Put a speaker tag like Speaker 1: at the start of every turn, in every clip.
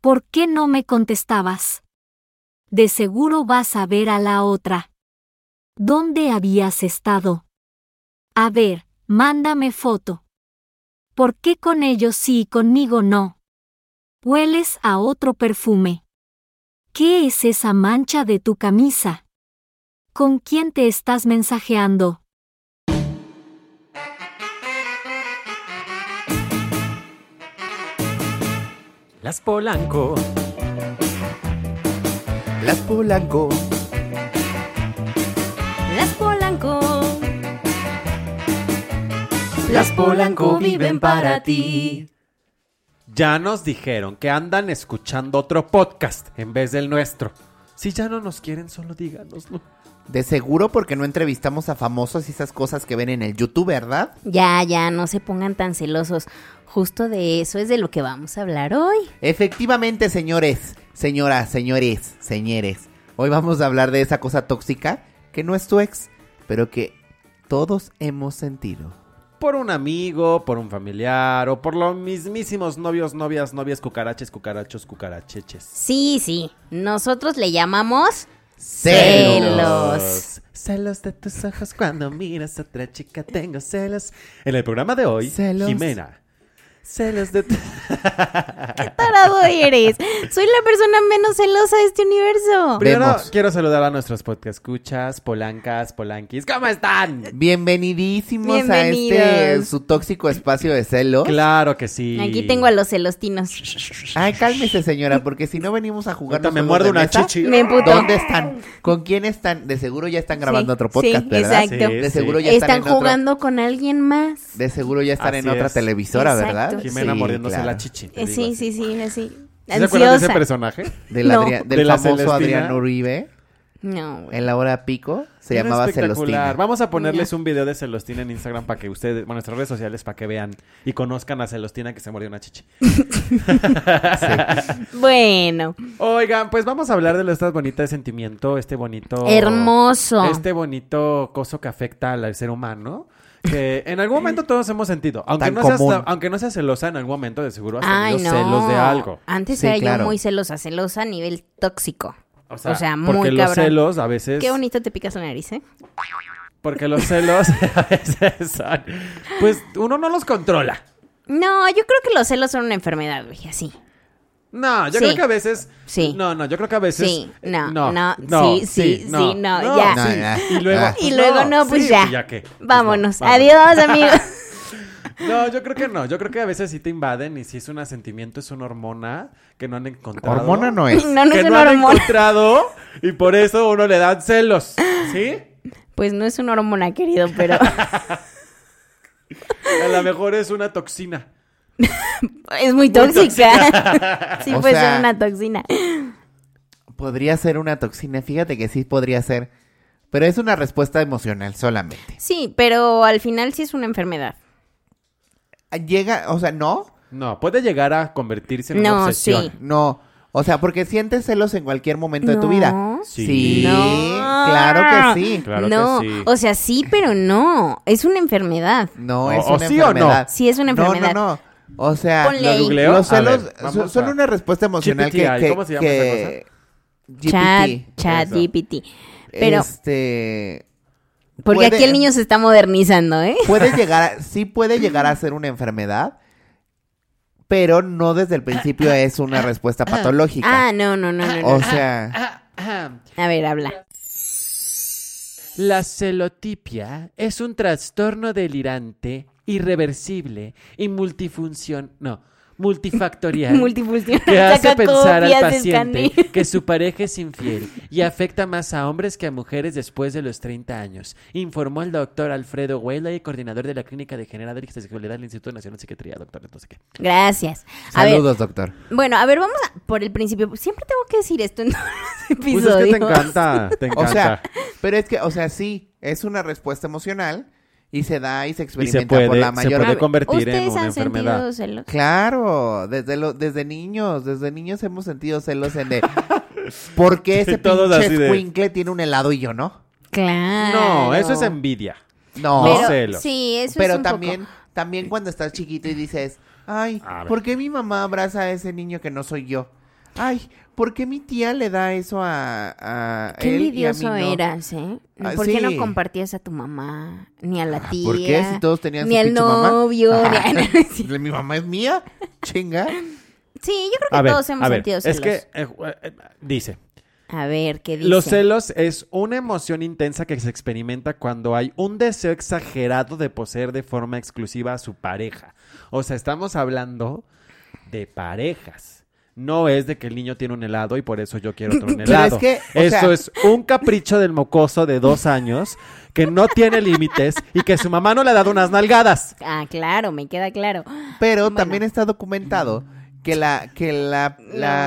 Speaker 1: ¿Por qué no me contestabas? De seguro vas a ver a la otra. ¿Dónde habías estado? A ver, mándame foto. ¿Por qué con ellos sí y conmigo no? Hueles a otro perfume. ¿Qué es esa mancha de tu camisa? ¿Con quién te estás mensajeando?
Speaker 2: Las Polanco,
Speaker 3: Las Polanco,
Speaker 4: Las Polanco.
Speaker 3: Las Polanco viven para ti.
Speaker 2: ya nos dijeron que andan escuchando otro podcast en vez del nuestro. Si ya no nos quieren, solo díganoslo.
Speaker 3: De seguro porque no entrevistamos a famosos y esas cosas que ven en el YouTube, ¿verdad?
Speaker 4: Ya, ya, no se pongan tan celosos. Justo de eso es de lo que vamos a hablar hoy.
Speaker 3: Efectivamente, señores, señoras, señores, señores. Hoy vamos a hablar de esa cosa tóxica que no es tu ex, pero que todos hemos sentido.
Speaker 2: Por un amigo, por un familiar o por los mismísimos novios, novias, novias, cucaraches, cucarachos, cucaracheches.
Speaker 4: Sí, sí, nosotros le llamamos... Celos.
Speaker 2: Celos de tus ojos cuando miras a otra chica, tengo celos. En el programa de hoy,
Speaker 3: Celos.
Speaker 2: Jimena. Celos de tu...
Speaker 4: Tarado eres. Soy la persona menos celosa de este universo.
Speaker 2: Primero
Speaker 3: Vemos.
Speaker 2: quiero saludar a nuestros podcast escuchas, polancas, polanquis. ¿Cómo están?
Speaker 3: Bienvenidísimos a este
Speaker 4: Bienvenidos.
Speaker 3: su tóxico espacio de celos.
Speaker 2: Claro que sí.
Speaker 4: Aquí tengo a los celostinos.
Speaker 3: Ay, cálmese, señora, porque si no venimos a jugar
Speaker 2: Ahorita me
Speaker 3: juegos
Speaker 2: muerde
Speaker 3: de
Speaker 2: una
Speaker 3: mesa,
Speaker 2: chichi.
Speaker 4: Me emputó.
Speaker 3: ¿Dónde están? ¿Con quién están? De seguro ya están grabando
Speaker 4: Sí,
Speaker 3: otro podcast,
Speaker 4: sí,
Speaker 3: ¿verdad?
Speaker 4: exacto.
Speaker 2: Sí, sí.
Speaker 3: De seguro ya están,
Speaker 4: Están
Speaker 3: en otro-
Speaker 4: jugando con alguien más.
Speaker 3: De seguro ya están
Speaker 2: Así
Speaker 3: en otra
Speaker 2: es.
Speaker 3: televisora,
Speaker 4: Exacto.
Speaker 3: ¿verdad?
Speaker 2: Jimena
Speaker 3: Sí,
Speaker 2: mordiéndose
Speaker 3: claro.
Speaker 2: la chichi. te
Speaker 4: Eh,
Speaker 2: digo
Speaker 4: Sí,
Speaker 2: así.
Speaker 4: sí, sí, así.
Speaker 2: ¿Sí ¿Se acuerdan de
Speaker 4: Ansiosa.
Speaker 2: ese personaje?
Speaker 3: Del,
Speaker 4: No.
Speaker 3: Adria- del
Speaker 2: De la
Speaker 3: famoso
Speaker 2: Celestina.
Speaker 3: Adrián Uribe,
Speaker 4: No, güey.
Speaker 3: en la hora pico, se
Speaker 2: Era
Speaker 3: llamaba
Speaker 2: espectacular.
Speaker 3: Celostina.
Speaker 2: Vamos a ponerles un video de Celostina en Instagram para que ustedes, bueno, nuestras redes sociales, para que vean y conozcan a Celostina que se mordió una chichi.
Speaker 4: Bueno,
Speaker 2: Oigan, pues vamos a hablar de estas bonitas sentimiento, este bonito...
Speaker 4: hermoso.
Speaker 2: Este bonito coso que afecta al ser humano. Que en algún momento todos hemos sentido. Aunque,
Speaker 3: Tan
Speaker 2: no seas,
Speaker 3: común.
Speaker 2: aunque no seas celosa, en algún momento de seguro has
Speaker 4: Ay,
Speaker 2: tenido
Speaker 4: no.
Speaker 2: celos de algo.
Speaker 4: Antes
Speaker 3: Sí,
Speaker 4: era
Speaker 3: claro.
Speaker 4: yo muy celosa, celosa a nivel tóxico.
Speaker 2: O sea,
Speaker 4: O sea, muy
Speaker 2: porque los
Speaker 4: cabrón.
Speaker 2: celos a veces...
Speaker 4: Qué bonito te picas la nariz, ¿eh?
Speaker 2: Porque los celos a veces son... Pues uno no los controla.
Speaker 4: No, yo creo que los celos son una enfermedad, güey, así.
Speaker 2: No, yo
Speaker 4: Sí.
Speaker 2: creo que a veces.
Speaker 4: Sí.
Speaker 2: No, no, yo creo que a veces. eh,
Speaker 4: Sí, no, no, sí, sí, sí, no,
Speaker 3: No,
Speaker 4: ya.
Speaker 2: sí.
Speaker 3: ya.
Speaker 2: Y luego.
Speaker 3: Ah.
Speaker 4: Y luego no, pues
Speaker 2: sí,
Speaker 4: ya.
Speaker 2: qué. Pues no,
Speaker 4: Vámonos.
Speaker 2: vamos.
Speaker 4: Adiós, amigos.
Speaker 2: No, yo creo que no. Yo creo que a veces sí te invaden y si es un sentimiento, es una hormona que no han encontrado.
Speaker 3: Hormona Pues, no es.
Speaker 4: No, no
Speaker 2: que
Speaker 4: es
Speaker 2: no
Speaker 4: una
Speaker 2: han
Speaker 4: hormona.
Speaker 2: encontrado y por eso uno le dan celos. ¿Sí?
Speaker 4: Pues no es una hormona, querido, pero
Speaker 2: A lo mejor es una toxina.
Speaker 4: es muy tóxica. sí,
Speaker 3: O
Speaker 4: pues
Speaker 3: sea-
Speaker 4: es una toxina.
Speaker 3: Podría ser una toxina, fíjate que sí podría ser. Pero es una respuesta emocional solamente.
Speaker 4: Sí, pero al final sí es una enfermedad.
Speaker 3: Llega, o sea, no,
Speaker 2: No, puede llegar a convertirse en una
Speaker 4: No,
Speaker 2: obsesión.
Speaker 4: sí.
Speaker 3: no. O sea, porque sientes celos en cualquier momento de tu
Speaker 4: No.
Speaker 3: vida.
Speaker 2: Sí.
Speaker 4: No.
Speaker 3: claro que sí.
Speaker 2: Claro que
Speaker 4: no,
Speaker 2: sí.
Speaker 4: o sea, sí, pero no. Es una enfermedad.
Speaker 3: No,
Speaker 2: O-
Speaker 3: es
Speaker 2: o
Speaker 3: una
Speaker 2: sí o no.
Speaker 3: enfermedad.
Speaker 4: Sí, es una enfermedad.
Speaker 3: No, no, no. O sea,
Speaker 4: Ponle ¿Lo ahí.
Speaker 2: googleo?
Speaker 3: los
Speaker 2: A ver,
Speaker 3: celos
Speaker 2: vamos
Speaker 3: son- son
Speaker 2: a-
Speaker 3: una respuesta emocional que,
Speaker 2: GPTI,
Speaker 3: que-
Speaker 2: ¿cómo se llama
Speaker 3: que-
Speaker 4: chat,
Speaker 3: GPT.
Speaker 4: chat,
Speaker 2: eso.
Speaker 4: GPT. Pero,
Speaker 3: Este
Speaker 4: porque
Speaker 3: puede-
Speaker 4: aquí el niño se está modernizando, ¿eh?
Speaker 3: puede llegar, a- sí puede llegar a ser una enfermedad, pero no desde el principio es una respuesta patológica.
Speaker 4: Ah, no, no, no, no. no. Ah,
Speaker 3: O sea,
Speaker 4: A ver, habla.
Speaker 2: La celotipia es un trastorno delirante, irreversible y multifunción, no, multifactorial.
Speaker 4: Multifunción.
Speaker 2: que hace
Speaker 4: Saca
Speaker 2: pensar al
Speaker 4: copias,
Speaker 2: paciente
Speaker 4: escanea.
Speaker 2: que su pareja es infiel y afecta más a hombres que a mujeres después de los 30 años, informó el doctor Alfredo Huela, coordinador de la Clínica de General de Sexualidad del Instituto Nacional de Psiquiatría, doctor, entonces qué.
Speaker 4: Gracias. A ver,
Speaker 3: saludos, doctor.
Speaker 4: bueno, a ver, vamos a- por el principio. Siempre tengo que decir esto en todos los
Speaker 2: Pues
Speaker 4: episodios.
Speaker 2: es que te encanta, te encanta.
Speaker 3: O sea, pero es que, o sea, sí, es una respuesta emocional y se da y
Speaker 2: y
Speaker 3: se experimenta
Speaker 2: se puede,
Speaker 3: por la
Speaker 2: se
Speaker 3: mayor
Speaker 2: puede convertir en
Speaker 4: ¿Ustedes
Speaker 2: una
Speaker 4: han
Speaker 2: enfermedad.
Speaker 4: sentido celos?
Speaker 3: Claro, desde lo, desde niños, desde niños hemos sentido celos en de ¿Por qué ese
Speaker 2: Sí, todos
Speaker 3: pinche
Speaker 2: así de-
Speaker 3: escuincle tiene un helado y yo no?
Speaker 4: Claro.
Speaker 2: No, eso es envidia.
Speaker 3: No,
Speaker 2: No
Speaker 4: Pero,
Speaker 2: celos.
Speaker 4: Sí, eso
Speaker 3: pero
Speaker 4: es un
Speaker 3: también
Speaker 4: poco-
Speaker 3: también cuando estás chiquito y dices, "Ay,
Speaker 2: A ver.
Speaker 3: ¿por qué mi mamá abraza a ese niño que no soy yo?" Ay, ¿por qué mi tía le da eso a, a
Speaker 4: Qué
Speaker 3: él y a mí
Speaker 4: envidioso
Speaker 3: no?
Speaker 4: eras, ¿eh?
Speaker 3: Ah,
Speaker 4: ¿Por qué
Speaker 3: sí.
Speaker 4: no compartías a tu mamá? Ni a la
Speaker 3: Ah,
Speaker 4: tía.
Speaker 3: ¿Por qué? Si todos tenían
Speaker 4: Ni
Speaker 3: su
Speaker 4: al
Speaker 3: pinche mamá.
Speaker 4: novio.
Speaker 3: Ah,
Speaker 4: ni a- sí,
Speaker 3: ¿Mi mamá es mía? Chinga.
Speaker 4: yo creo que todos hemos
Speaker 2: a ver,
Speaker 4: sentido celos.
Speaker 2: es que eh, eh, dice,
Speaker 4: A ver, ¿qué dice?
Speaker 2: Los celos es una emoción intensa que se experimenta cuando hay un deseo exagerado de poseer de forma exclusiva a su pareja. O sea, estamos hablando de parejas. No es de que el niño tiene un helado y por eso yo quiero otro un
Speaker 3: Pero
Speaker 2: helado.
Speaker 3: es que, o
Speaker 2: Eso
Speaker 3: sea-
Speaker 2: es un capricho del mocoso de dos años que no tiene límites y que su mamá no le ha dado unas nalgadas.
Speaker 4: Ah, claro, me queda claro.
Speaker 3: Pero
Speaker 4: Bueno.
Speaker 3: también está documentado que la, que la,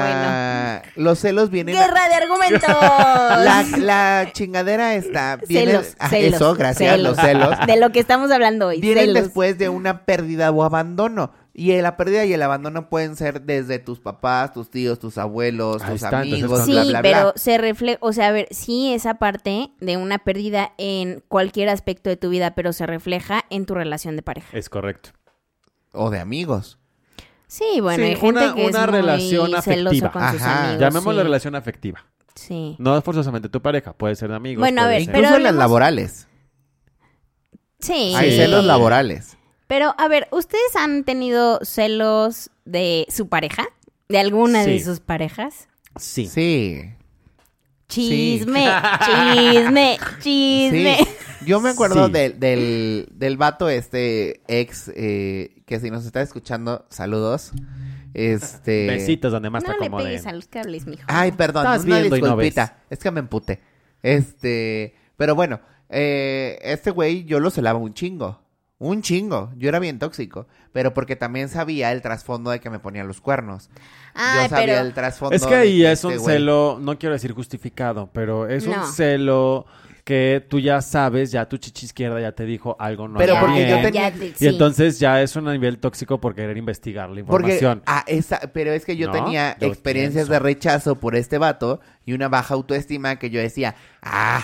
Speaker 3: la- los celos vienen.
Speaker 4: ¡Guerra de argumentos!
Speaker 3: La, la chingadera está. Viene,
Speaker 4: celos,
Speaker 3: Ah,
Speaker 4: celos,
Speaker 3: eso, gracias,
Speaker 4: celos.
Speaker 3: los celos.
Speaker 4: De lo que estamos hablando hoy.
Speaker 3: Vienen
Speaker 4: celos.
Speaker 3: después de una pérdida o abandono. Y la pérdida y el abandono pueden ser desde tus papás, tus tíos, tus abuelos,
Speaker 2: Ahí
Speaker 3: tus
Speaker 2: está, entonces
Speaker 3: amigos,
Speaker 2: son-
Speaker 4: Sí,
Speaker 3: bla, bla,
Speaker 4: pero
Speaker 3: bla.
Speaker 4: se refleja, o sea, a ver, sí esa parte de una pérdida en cualquier aspecto de tu vida, pero se refleja en tu relación de pareja.
Speaker 2: Es correcto.
Speaker 3: O de amigos.
Speaker 4: Sí, bueno,
Speaker 2: Sí,
Speaker 4: hay gente
Speaker 2: una-
Speaker 4: que es
Speaker 2: una
Speaker 4: muy
Speaker 2: relación afectiva.
Speaker 4: celoso con sus
Speaker 3: Ajá.
Speaker 4: amigos.
Speaker 2: Llamémoslo
Speaker 4: sí.
Speaker 2: relación afectiva.
Speaker 4: Sí.
Speaker 2: No es forzosamente tu pareja, puede ser de amigos.
Speaker 4: Bueno, a
Speaker 2: puede
Speaker 4: ver,
Speaker 2: ser-
Speaker 4: pero
Speaker 3: Incluso en las
Speaker 4: hablemos-
Speaker 3: laborales.
Speaker 4: Sí.
Speaker 3: Hay celos laborales.
Speaker 4: Pero, a ver, ¿ustedes han tenido celos de su pareja? ¿De alguna de
Speaker 2: Sí.
Speaker 4: sus parejas?
Speaker 2: Sí.
Speaker 3: Sí.
Speaker 4: Chisme, chisme, chisme.
Speaker 3: Sí. Yo me acuerdo
Speaker 2: Sí.
Speaker 3: del- del, del vato este ex eh, que si nos está escuchando, saludos. Este.
Speaker 2: Besitos donde más te
Speaker 4: No le
Speaker 2: acomoden.
Speaker 4: pegues a los cables, mijo.
Speaker 3: Ay, perdón,
Speaker 2: Estás
Speaker 3: una
Speaker 2: viendo y no
Speaker 3: disculpita. Es que me emputé. Este, pero bueno, eh, este güey yo lo celaba un chingo. Un chingo. Yo era bien tóxico. Pero porque también sabía el trasfondo de que me ponía los cuernos.
Speaker 4: Ay,
Speaker 3: yo sabía
Speaker 4: pero-
Speaker 3: el trasfondo.
Speaker 2: Es que
Speaker 3: de
Speaker 2: ahí es
Speaker 3: este
Speaker 2: un
Speaker 3: güey-
Speaker 2: celo, no quiero decir justificado, pero es
Speaker 4: No.
Speaker 2: un celo que tú ya sabes, ya tu chichi izquierda ya te dijo algo no.
Speaker 3: Pero
Speaker 2: está
Speaker 3: porque yo
Speaker 2: bien,
Speaker 3: tenía-
Speaker 4: te-
Speaker 2: Y
Speaker 4: sí.
Speaker 2: entonces ya es un nivel tóxico por querer investigar la
Speaker 3: Porque,
Speaker 2: información.
Speaker 3: ah, esa, pero es que yo
Speaker 2: No,
Speaker 3: tenía
Speaker 2: yo
Speaker 3: experiencias
Speaker 2: pienso.
Speaker 3: de rechazo por este vato y una baja autoestima que yo decía, ah,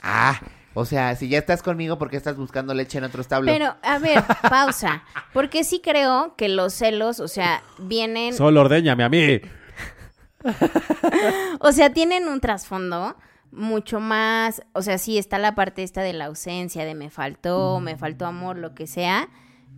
Speaker 3: ah, o sea, si ya estás conmigo, ¿por qué estás buscando leche en otro establo?
Speaker 4: Pero, a ver, pausa. Porque sí creo que los celos, o sea, vienen.
Speaker 2: Solo ordéñame a mí.
Speaker 4: O sea, tienen un trasfondo mucho más. O sea, sí está la parte esta de la ausencia, de me faltó, me faltó amor, lo que sea.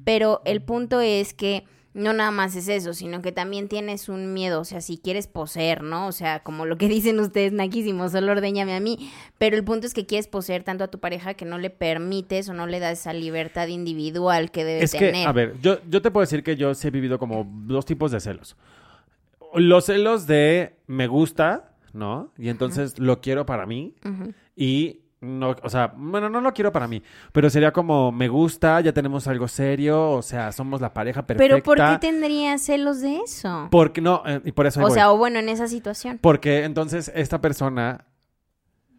Speaker 4: Pero el punto es que no nada más es eso, sino que también tienes un miedo. O sea, si quieres poseer, ¿no? O sea, como lo que dicen ustedes, naquísimo, solo ordéñame a mí. Pero el punto es que quieres poseer tanto a tu pareja que no le permites o no le das esa libertad individual que debe
Speaker 2: Es
Speaker 4: tener.
Speaker 2: que, a ver, yo, yo te puedo decir que yo sí he vivido como dos tipos de celos. Los celos de me gusta, ¿no? Y entonces lo quiero para mí.
Speaker 4: Ujú.
Speaker 2: Y no, o sea, bueno, no lo quiero para mí, pero sería como me gusta, ya tenemos algo serio, o sea, somos la pareja perfecta.
Speaker 4: Pero ¿por qué tendría celos de eso?
Speaker 2: Porque no, eh, y por eso ahí
Speaker 4: o
Speaker 2: voy.
Speaker 4: sea, o bueno, en esa situación.
Speaker 2: porque entonces esta persona,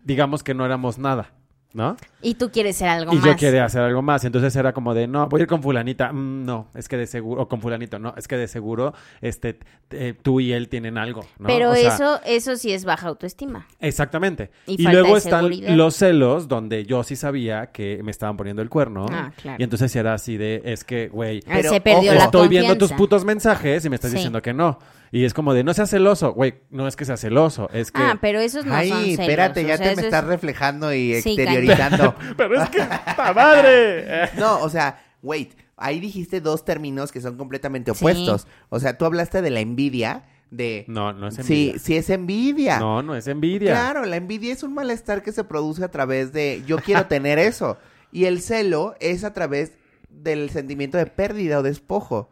Speaker 2: digamos que no éramos nada, ¿no?
Speaker 4: Y tú quieres ser algo
Speaker 2: Y
Speaker 4: más.
Speaker 2: yo quería hacer algo más. Entonces era como de, no, voy a ir con fulanita. Mm, no, es que de seguro, o con fulanito, no, es que de seguro este, t- eh, tú y él tienen algo, ¿no?
Speaker 4: Pero
Speaker 2: O sea,
Speaker 4: eso, eso sí es baja autoestima.
Speaker 2: Exactamente.
Speaker 4: Y
Speaker 2: Y,
Speaker 4: falta
Speaker 2: luego
Speaker 4: de
Speaker 2: están
Speaker 4: seguridad.
Speaker 2: los celos donde yo sí sabía que me estaban poniendo el cuerno.
Speaker 4: Ah, claro.
Speaker 2: Y entonces era así de, es que, güey,
Speaker 4: Ah,
Speaker 3: Pero,
Speaker 4: se perdió
Speaker 3: ojo,
Speaker 4: la
Speaker 2: estoy viendo tus
Speaker 4: confianza.
Speaker 2: putos mensajes y me estás
Speaker 4: Sí.
Speaker 2: diciendo que no. Y es como de, no seas celoso, güey, no es que seas celoso, es que...
Speaker 4: Ah, pero esos no
Speaker 3: Ay,
Speaker 4: son celos.
Speaker 3: espérate,
Speaker 4: o
Speaker 3: ya
Speaker 4: sea,
Speaker 3: te me
Speaker 4: eso es-
Speaker 3: estás reflejando y
Speaker 4: Sí,
Speaker 3: exteriorizando.
Speaker 2: Pero es que, ¡ta madre!
Speaker 3: No, o sea, wait, ahí dijiste dos términos que son completamente opuestos. O sea, tú hablaste de la envidia, de...
Speaker 2: No, no es
Speaker 3: sí,
Speaker 2: envidia.
Speaker 3: sí es envidia.
Speaker 2: No, no es envidia.
Speaker 3: Claro, la envidia es un malestar que se produce a través de yo quiero tener eso. Y el celo es a través del sentimiento de pérdida o despojo.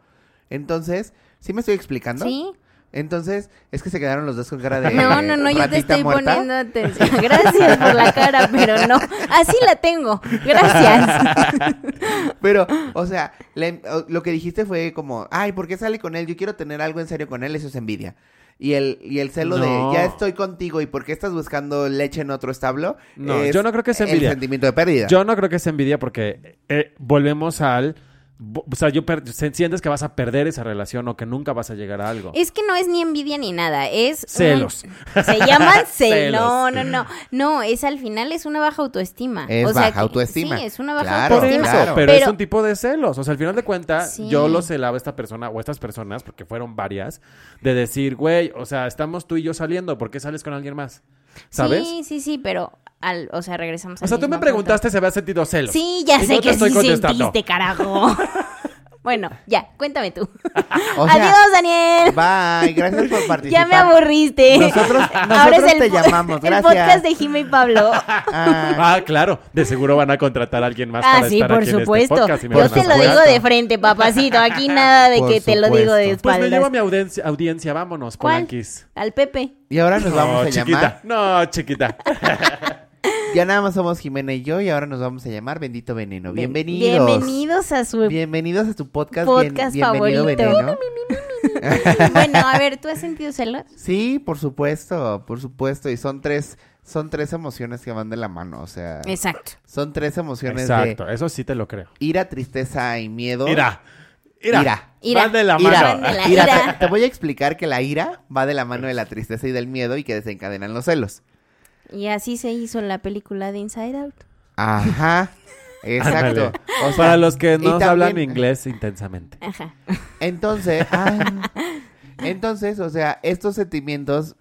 Speaker 3: Entonces, ¿sí me estoy explicando?
Speaker 4: Sí.
Speaker 3: Entonces, es que se quedaron los dos con cara de
Speaker 4: No, no, no, yo te
Speaker 3: ratita
Speaker 4: estoy
Speaker 3: muerta.
Speaker 4: poniendo atención. Gracias por la cara, pero no. Así la tengo. Gracias.
Speaker 3: Pero, o sea, la en- o- lo que dijiste fue como, ay, ¿por qué sale con él? Yo quiero tener algo en serio con él, eso es envidia. Y el, y el celo
Speaker 2: No.
Speaker 3: de, ya estoy contigo, ¿y por qué estás buscando leche en otro establo?
Speaker 2: No, yo no creo que sea envidia.
Speaker 3: El sentimiento de pérdida.
Speaker 2: Yo no creo que sea envidia porque eh, volvemos al bo- o sea, yo per- se- sientes que vas a perder esa relación o que nunca vas a llegar a algo.
Speaker 4: Es que no es ni envidia ni nada, es... un-
Speaker 2: Celos.
Speaker 4: Se llaman celos.
Speaker 2: Celos.
Speaker 4: No, no, no. No, es al final es una baja autoestima.
Speaker 3: Es
Speaker 4: O sea
Speaker 3: baja
Speaker 4: que-
Speaker 3: autoestima.
Speaker 4: Sí, es una baja
Speaker 3: Claro,
Speaker 2: Por
Speaker 4: autoestima.
Speaker 2: eso,
Speaker 3: claro.
Speaker 2: pero, es
Speaker 4: Pero-
Speaker 2: un tipo de celos. O sea, al final de cuentas,
Speaker 4: Sí.
Speaker 2: yo lo celaba a esta persona o estas personas, porque fueron varias, de decir, güey, o sea, estamos tú y yo saliendo, ¿por qué sales con alguien más? ¿Sabes?
Speaker 4: Sí, sí, sí, pero... al- o sea, regresamos
Speaker 2: O sea,
Speaker 4: al
Speaker 2: tú me
Speaker 4: mismo punto.
Speaker 2: preguntaste si había sentido celos.
Speaker 4: Sí, ya
Speaker 2: Y
Speaker 4: sé
Speaker 2: yo te
Speaker 4: que
Speaker 2: estoy
Speaker 4: sí
Speaker 2: contestando.
Speaker 4: sentiste, carajo. bueno, ya, cuéntame tú.
Speaker 3: O sea,
Speaker 4: Adiós, Daniel.
Speaker 3: Bye, gracias por
Speaker 4: Ya
Speaker 3: participar.
Speaker 4: me aburriste.
Speaker 3: Nosotros-
Speaker 4: Ahora
Speaker 3: nosotros
Speaker 4: es el
Speaker 3: te
Speaker 4: po-
Speaker 3: llamamos, gracias.
Speaker 4: El podcast de Jime y Pablo.
Speaker 3: Ah,
Speaker 2: Ah, claro. De seguro van a contratar a alguien más
Speaker 4: Ah,
Speaker 2: para
Speaker 4: sí,
Speaker 2: estar
Speaker 4: por
Speaker 2: aquí en este
Speaker 4: supuesto.
Speaker 2: podcast y me
Speaker 4: Yo
Speaker 2: van a
Speaker 4: te lo
Speaker 2: pagar.
Speaker 4: digo de frente, papacito. Aquí nada de
Speaker 3: Por
Speaker 4: que te lo digo de
Speaker 3: supuesto.
Speaker 2: Pues me llevo a
Speaker 4: espaldas.
Speaker 2: mi audiencia, audiencia. vámonos,
Speaker 4: ¿Cuál?
Speaker 2: Polanquis.
Speaker 4: Al Pepe.
Speaker 3: y ahora nos vamos
Speaker 2: no,
Speaker 3: a
Speaker 2: chiquita.
Speaker 3: llamar.
Speaker 2: No, chiquita.
Speaker 3: Ya nada más somos Jimena y yo y ahora nos vamos a llamar Bendito Veneno.
Speaker 4: Bien-
Speaker 3: Bienvenidos.
Speaker 4: Bienvenidos a su
Speaker 3: Bienvenidos a tu podcast, bien-
Speaker 4: podcast
Speaker 3: Bienvenido
Speaker 4: favorito.
Speaker 3: Veneno.
Speaker 4: Bueno, a ver, ¿tú has sentido celos?
Speaker 3: Sí, por supuesto, por supuesto. Y son tres, son tres emociones que van de la mano. O sea,
Speaker 4: Exacto.
Speaker 3: son tres emociones
Speaker 2: Exacto, eso sí te lo creo.
Speaker 3: de ira, tristeza y miedo.
Speaker 2: Mira, mira.
Speaker 3: Ira.
Speaker 4: Ira.
Speaker 2: Van de la
Speaker 3: Ira,
Speaker 2: mano.
Speaker 4: Van de la
Speaker 3: ira.
Speaker 4: ira.
Speaker 3: Te, te voy a explicar que la ira va de la mano de la
Speaker 2: Pues.
Speaker 3: tristeza y del miedo y que desencadenan los celos.
Speaker 4: Y así se hizo la película de Inside Out.
Speaker 3: Ajá. Exacto.
Speaker 2: Ándale.
Speaker 3: O sea,
Speaker 2: Para los que
Speaker 3: y
Speaker 2: no
Speaker 3: también-
Speaker 2: hablan inglés intensamente.
Speaker 4: Ajá.
Speaker 3: Entonces, ay, entonces, o sea, estos sentimientos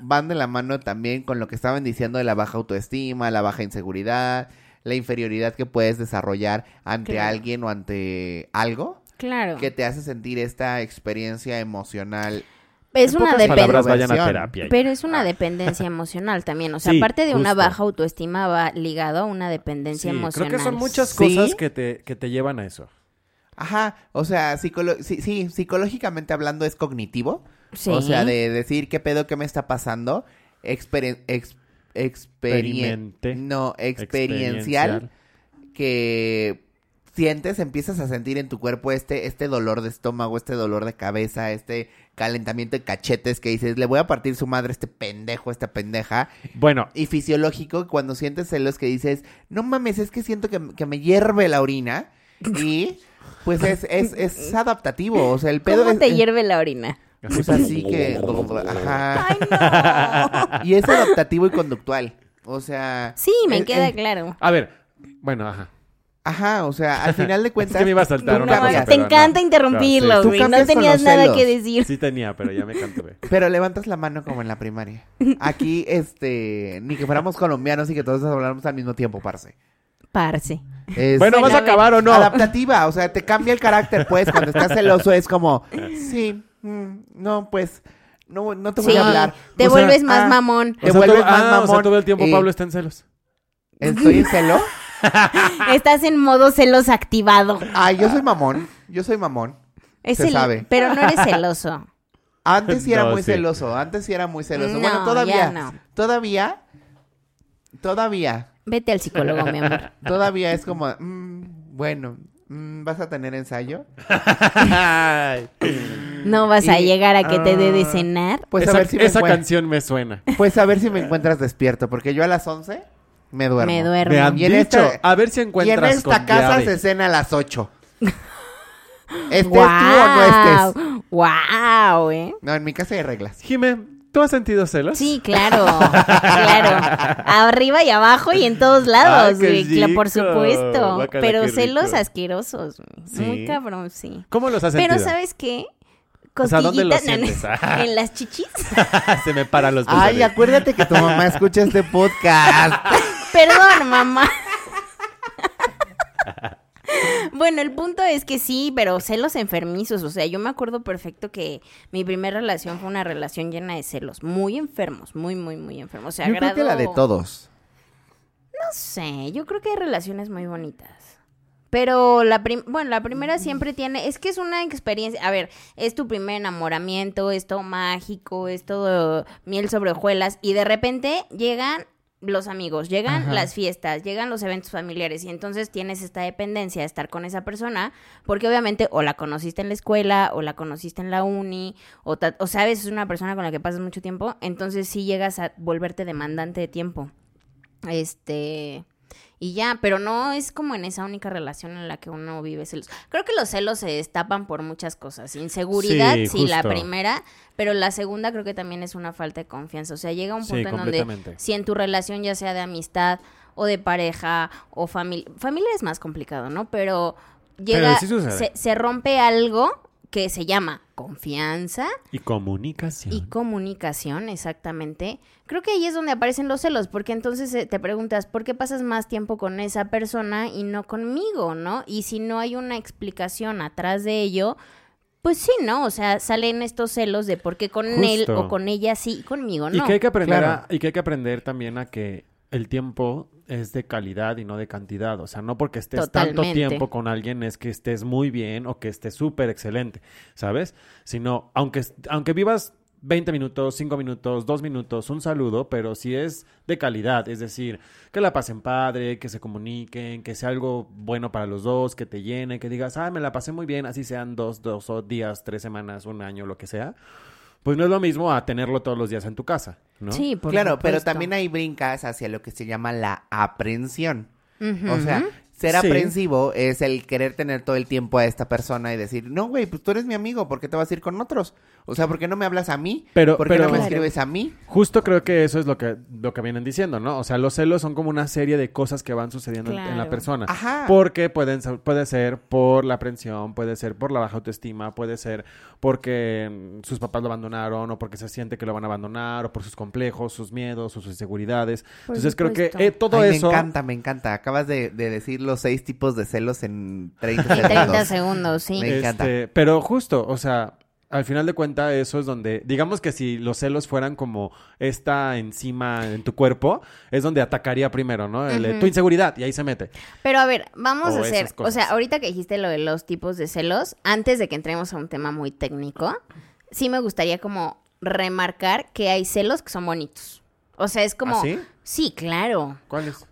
Speaker 3: van de la mano también con lo que estaban diciendo de la baja autoestima, la baja inseguridad, la inferioridad que puedes desarrollar ante
Speaker 4: Claro.
Speaker 3: alguien o ante algo
Speaker 4: Claro.
Speaker 3: que te hace sentir esta experiencia emocional.
Speaker 4: Es
Speaker 2: En
Speaker 4: una
Speaker 2: pocas palabras,
Speaker 4: dependencia.
Speaker 2: vayan a
Speaker 3: Perversión.
Speaker 2: terapia.
Speaker 4: Pero es
Speaker 3: Ah.
Speaker 4: una dependencia emocional también. O sea,
Speaker 2: Sí,
Speaker 4: aparte de una
Speaker 2: justo.
Speaker 4: baja autoestima, va ligado a una dependencia
Speaker 2: Sí,
Speaker 4: emocional.
Speaker 2: creo que son muchas
Speaker 3: ¿Sí?
Speaker 2: cosas que, te, que te llevan a eso.
Speaker 3: Ajá, o sea, psicolo- sí, sí, psicológicamente hablando es cognitivo.
Speaker 4: Sí.
Speaker 3: O sea, de decir qué pedo, qué me está pasando. Experien- ex- experien-
Speaker 2: Experimente.
Speaker 3: No, experiencial. que sientes, empiezas a sentir en tu cuerpo este, este dolor de estómago, este dolor de cabeza, este calentamiento de cachetes que dices, le voy a partir su madre a este pendejo, a esta pendeja.
Speaker 2: Bueno,
Speaker 3: Y fisiológico, cuando sientes celos que dices, no mames, es que siento que, que me hierve la orina. Y pues es, es, es adaptativo, o sea, el pedo
Speaker 4: ¿Cómo
Speaker 3: es...
Speaker 4: te
Speaker 3: es-
Speaker 4: hierve la orina?
Speaker 3: Pues así que... Ajá.
Speaker 4: ¡Ay, no!
Speaker 3: Y es adaptativo y conductual. O sea...
Speaker 4: Sí, me
Speaker 3: es-
Speaker 4: queda
Speaker 3: es-
Speaker 4: claro.
Speaker 2: A ver, bueno, ajá.
Speaker 3: Ajá, o sea, al final de
Speaker 2: Es
Speaker 3: cuentas...
Speaker 2: que me iba a saltar
Speaker 3: tú
Speaker 2: una
Speaker 3: cambias.
Speaker 2: cosa.
Speaker 4: te
Speaker 2: pero no.
Speaker 4: encanta
Speaker 2: No, sí.
Speaker 4: interrumpirlo,
Speaker 3: Tú
Speaker 4: güey. No
Speaker 3: cambias con
Speaker 4: tenías
Speaker 3: los
Speaker 4: nada
Speaker 3: celos.
Speaker 4: que decir.
Speaker 2: Sí tenía, pero ya me canto.
Speaker 3: Pero levantas la mano como en la primaria. Aquí, este, ni que fuéramos colombianos y que todos habláramos al mismo tiempo, parce.
Speaker 4: Parce.
Speaker 3: Es
Speaker 2: Bueno, ¿vas a
Speaker 4: a ver.
Speaker 2: acabar o no?
Speaker 3: Adaptativa, o sea, te cambia el carácter, pues, cuando estás celoso es como, sí, mm, no, pues, no, no te voy
Speaker 4: Sí,
Speaker 3: a hablar.
Speaker 4: te
Speaker 3: O sea,
Speaker 4: vuelves más
Speaker 3: ah,
Speaker 4: mamón.
Speaker 3: te vuelves más
Speaker 2: ah, o sea,
Speaker 3: mamón
Speaker 2: todo el tiempo
Speaker 3: y-
Speaker 2: Pablo está en celos.
Speaker 3: ¿Estoy en celo?
Speaker 4: Estás en modo celos activado.
Speaker 3: Ay, Ah, yo soy mamón, yo soy mamón.
Speaker 4: Es
Speaker 3: Se
Speaker 4: el-
Speaker 3: sabe.
Speaker 4: Pero no eres celoso.
Speaker 3: Antes sí era
Speaker 2: No,
Speaker 3: muy
Speaker 2: sí.
Speaker 3: celoso, antes sí era muy celoso.
Speaker 4: No,
Speaker 3: bueno, todavía,
Speaker 4: ya no.
Speaker 3: todavía, todavía,
Speaker 4: Vete al psicólogo, mi amor.
Speaker 3: Todavía es como, mm, bueno, mm, ¿vas a tener ensayo?
Speaker 4: No vas a
Speaker 3: Y-
Speaker 4: llegar a que te dé de
Speaker 3: ah.
Speaker 4: cenar.
Speaker 3: Pues
Speaker 2: esa
Speaker 3: a ver si me
Speaker 2: esa
Speaker 3: encuent-
Speaker 2: canción me suena.
Speaker 3: Pues a ver si me encuentras despierto, porque yo a las 11 me duermo.
Speaker 4: Me
Speaker 2: Me han
Speaker 4: duermo.
Speaker 3: Y en
Speaker 2: dicho,
Speaker 3: esta-
Speaker 2: a ver si
Speaker 3: Y en
Speaker 2: encuentras
Speaker 3: esta
Speaker 2: con
Speaker 3: casa
Speaker 2: llave.
Speaker 3: se cena a las 8. ¿Estés tú o no
Speaker 4: ¡Guau!
Speaker 3: estés?
Speaker 4: ¡Guau, eh!
Speaker 3: No, en mi casa hay reglas.
Speaker 2: Jime, ¿tú has sentido celos?
Speaker 4: Sí, claro, claro. Arriba y abajo y en todos lados,
Speaker 2: Ah, qué
Speaker 4: güey, cla- por
Speaker 2: rico.
Speaker 4: supuesto.
Speaker 2: Guácala,
Speaker 4: pero
Speaker 2: qué
Speaker 4: celos
Speaker 2: rico.
Speaker 4: asquerosos, güey.
Speaker 2: Sí.
Speaker 4: Muy cabrón, sí.
Speaker 2: ¿Cómo los has sentido?
Speaker 4: Pero ¿sabes qué?
Speaker 2: O sea, ¿dónde lo
Speaker 4: Cosquillitas no, no,
Speaker 2: sientes? Ah.
Speaker 4: en las chichis.
Speaker 2: se me paran los pezones.
Speaker 3: Ay, acuérdate que tu mamá escucha este podcast.
Speaker 4: Perdón, mamá. Bueno, el punto es que sí, pero celos enfermizos. O sea, yo me acuerdo perfecto que mi primera relación fue una relación llena de celos. Muy enfermos, muy, muy, muy enfermos. O sea,
Speaker 3: Yo creo que la de
Speaker 4: grado-
Speaker 3: todos.
Speaker 4: No sé, yo creo que hay relaciones muy bonitas. Pero la prim- bueno, la primera siempre tiene, es que es una experiencia, a ver, es tu primer enamoramiento, es todo mágico, es todo miel sobre hojuelas y de repente llegan los amigos, llegan
Speaker 3: Ajá.
Speaker 4: las fiestas, llegan los eventos familiares y entonces tienes esta dependencia de estar con esa persona porque obviamente o la conociste en la escuela o la conociste en la uni o, ta- o sabes, es una persona con la que pasas mucho tiempo, entonces sí llegas a volverte demandante de tiempo. Este. Y ya, pero no es como en esa única relación en la que uno vive celos. Creo que los celos se destapan por muchas cosas. Inseguridad,
Speaker 2: Sí,
Speaker 4: sí, la
Speaker 2: justo.
Speaker 4: primera, pero la segunda creo que también es una falta de confianza. O sea, llega un
Speaker 2: Sí,
Speaker 4: punto en donde
Speaker 2: completamente.
Speaker 4: si en tu relación ya sea de amistad o de pareja o familia, familia es más complicado, ¿no? Pero llega,
Speaker 5: sí sucede.
Speaker 4: se, se rompe algo que se llama confianza
Speaker 2: Y comunicación.
Speaker 4: y comunicación, exactamente. Creo que ahí es donde aparecen los celos, porque entonces eh, te preguntas, ¿por qué pasas más tiempo con esa persona y no conmigo, no? Y si no hay una explicación atrás de ello, pues sí, ¿no? O sea, salen estos celos de por qué con él
Speaker 2: Justo.
Speaker 4: o con ella sí y conmigo
Speaker 2: Y
Speaker 4: no.
Speaker 2: que hay que aprender
Speaker 3: Claro.
Speaker 2: a- y que hay que aprender también a que el tiempo es de calidad y no de cantidad. O sea, no porque estés tanto
Speaker 4: Totalmente.
Speaker 2: tiempo con alguien es que estés muy bien o que estés súper excelente, ¿sabes? Sino, aunque, est- aunque vivas 20 minutos, 5 minutos, 2 minutos, un saludo, pero si es de calidad, es decir, que la pasen padre, que se comuniquen, que sea algo bueno para los dos, que te llene, que digas, ah, me la pasé muy bien, así sean dos, dos o días, tres semanas, un año, lo que sea pues no es lo mismo a tenerlo todos los días en tu casa, ¿no?
Speaker 4: Sí, por
Speaker 3: claro, pero
Speaker 4: supuesto.
Speaker 3: también ahí brincas hacia lo que se llama la aprensión.
Speaker 4: Ujú.
Speaker 3: O sea, ser
Speaker 2: Sí.
Speaker 3: aprensivo es el querer tener todo el tiempo a esta persona y decir, no, güey, pues tú eres mi amigo, ¿por qué te vas a ir con otros? O sea, ¿por qué no me hablas a mí?
Speaker 2: Pero-
Speaker 3: ¿Por qué
Speaker 2: pero-
Speaker 3: no me
Speaker 2: Claro.
Speaker 3: escribes a mí?
Speaker 2: Justo creo que eso es lo que, lo que vienen diciendo, ¿no? O sea, los celos son como una serie de cosas que van sucediendo en- en la
Speaker 4: Claro.
Speaker 2: persona.
Speaker 3: Ajá.
Speaker 2: Porque pueden, ser- puede ser por la aprensión, puede ser por la baja autoestima, puede ser porque mm, sus papás lo abandonaron o porque se siente que lo van a abandonar o por sus complejos, sus miedos, sus inseguridades.
Speaker 4: Por
Speaker 2: Entonces creo
Speaker 4: supuesto.
Speaker 2: que eh, todo
Speaker 3: Ay,
Speaker 2: eso...
Speaker 3: Me encanta, me encanta. Acabas de, de decir los seis tipos de celos en 30
Speaker 4: En
Speaker 3: segundos.
Speaker 4: 30 segundos, sí.
Speaker 3: Me encanta.
Speaker 2: Este, pero justo, o sea, al final de cuentas eso es donde, digamos que si los celos fueran como esta enzima en tu cuerpo, es donde atacaría primero, ¿no? El, eh,
Speaker 4: Ujú.
Speaker 2: Tu inseguridad y ahí se mete.
Speaker 4: Pero a ver, vamos
Speaker 2: O
Speaker 4: a hacer,
Speaker 2: esas
Speaker 4: o
Speaker 2: cosas.
Speaker 4: sea, ahorita que dijiste lo de los tipos de celos, antes de que entremos a un tema muy técnico, sí me gustaría como remarcar que hay celos que son bonitos. O sea, es como...
Speaker 2: ¿Ah, sí?
Speaker 4: Sí, claro.
Speaker 2: ¿Cuál es?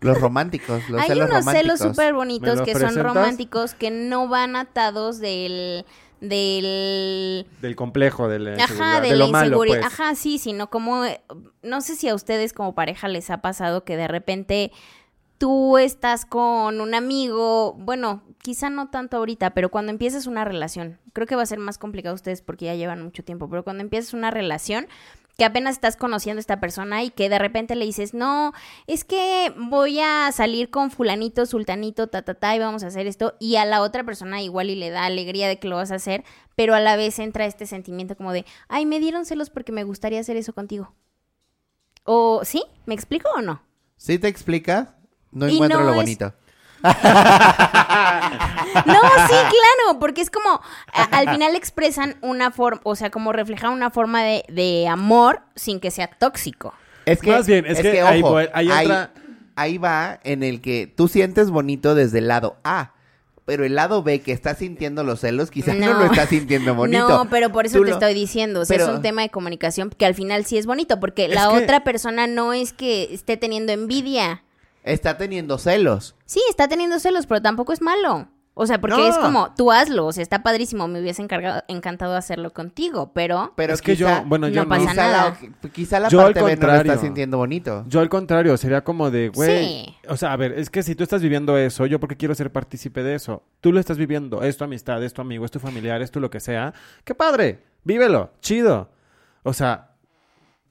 Speaker 3: Los románticos, los
Speaker 4: hay
Speaker 3: celos
Speaker 4: unos
Speaker 3: románticos.
Speaker 4: celos súper
Speaker 2: ¿Me
Speaker 4: bonitos
Speaker 2: lo
Speaker 4: que son
Speaker 2: presentas?
Speaker 4: románticos que no van atados del... del
Speaker 2: Del complejo, de la inseguridad,
Speaker 4: Ajá, de,
Speaker 2: de
Speaker 4: la
Speaker 2: lo malo,
Speaker 4: inseguridad.
Speaker 2: pues.
Speaker 4: Ajá, sí, sino como. eh, No sé si a ustedes como pareja les ha pasado que de repente tú estás con un amigo. Bueno, quizá no tanto ahorita, pero cuando empiezas una relación. Creo que va a ser más complicado a ustedes porque ya llevan mucho tiempo, pero cuando empiezas una relación que apenas estás conociendo a esta persona y que de repente le dices, no, es que voy a salir con fulanito, sultanito, ta, ta, ta, y vamos a hacer esto, y a la otra persona igual y le da alegría de que lo vas a hacer, pero a la vez entra este sentimiento como de, ay, me dieron celos porque me gustaría hacer eso contigo. O, ¿sí? ¿Me explico o no?
Speaker 3: ¿Sí te explicas? No
Speaker 4: Y
Speaker 3: encuentro
Speaker 4: no
Speaker 3: lo
Speaker 4: es-
Speaker 3: bonito.
Speaker 4: No, sí, claro, porque es como, a- al final expresan una forma, o sea, como reflejar una forma de, de amor sin que sea tóxico.
Speaker 3: Es que,
Speaker 2: Más bien, es que ahí voy- ahí entra-
Speaker 3: ahí va en el que tú sientes bonito desde el lado A, pero el lado B que está sintiendo los celos quizás no,
Speaker 4: No.
Speaker 3: lo está sintiendo bonito.
Speaker 4: No, pero por eso
Speaker 3: Tú
Speaker 4: te
Speaker 3: lo-
Speaker 4: estoy diciendo, o sea,
Speaker 3: pero-
Speaker 4: es un tema de comunicación que al final sí es bonito, porque la
Speaker 2: que-
Speaker 4: otra persona no es que esté teniendo envidia.
Speaker 3: Está teniendo celos.
Speaker 4: Sí, está teniendo celos, pero tampoco es malo. O sea, porque
Speaker 3: No.
Speaker 4: es como, tú hazlo, o sea, está padrísimo, me hubiese encargado, encantado hacerlo contigo, pero...
Speaker 3: Pero
Speaker 2: Es que yo-
Speaker 3: quizá-
Speaker 2: bueno, yo
Speaker 4: no pasa
Speaker 3: quizá la,
Speaker 4: nada.
Speaker 3: quizá la
Speaker 2: Yo al
Speaker 3: parte B no lo está
Speaker 2: contrario.
Speaker 3: sintiendo bonito.
Speaker 2: Yo al contrario, sería como de, güey,
Speaker 4: Sí.
Speaker 2: o sea, a ver, es que si tú estás viviendo eso, yo porque quiero ser partícipe de eso, tú lo estás viviendo, es tu amistad, es tu amigo, es tu familiar, es tu lo que sea, qué padre, vívelo, chido. O sea,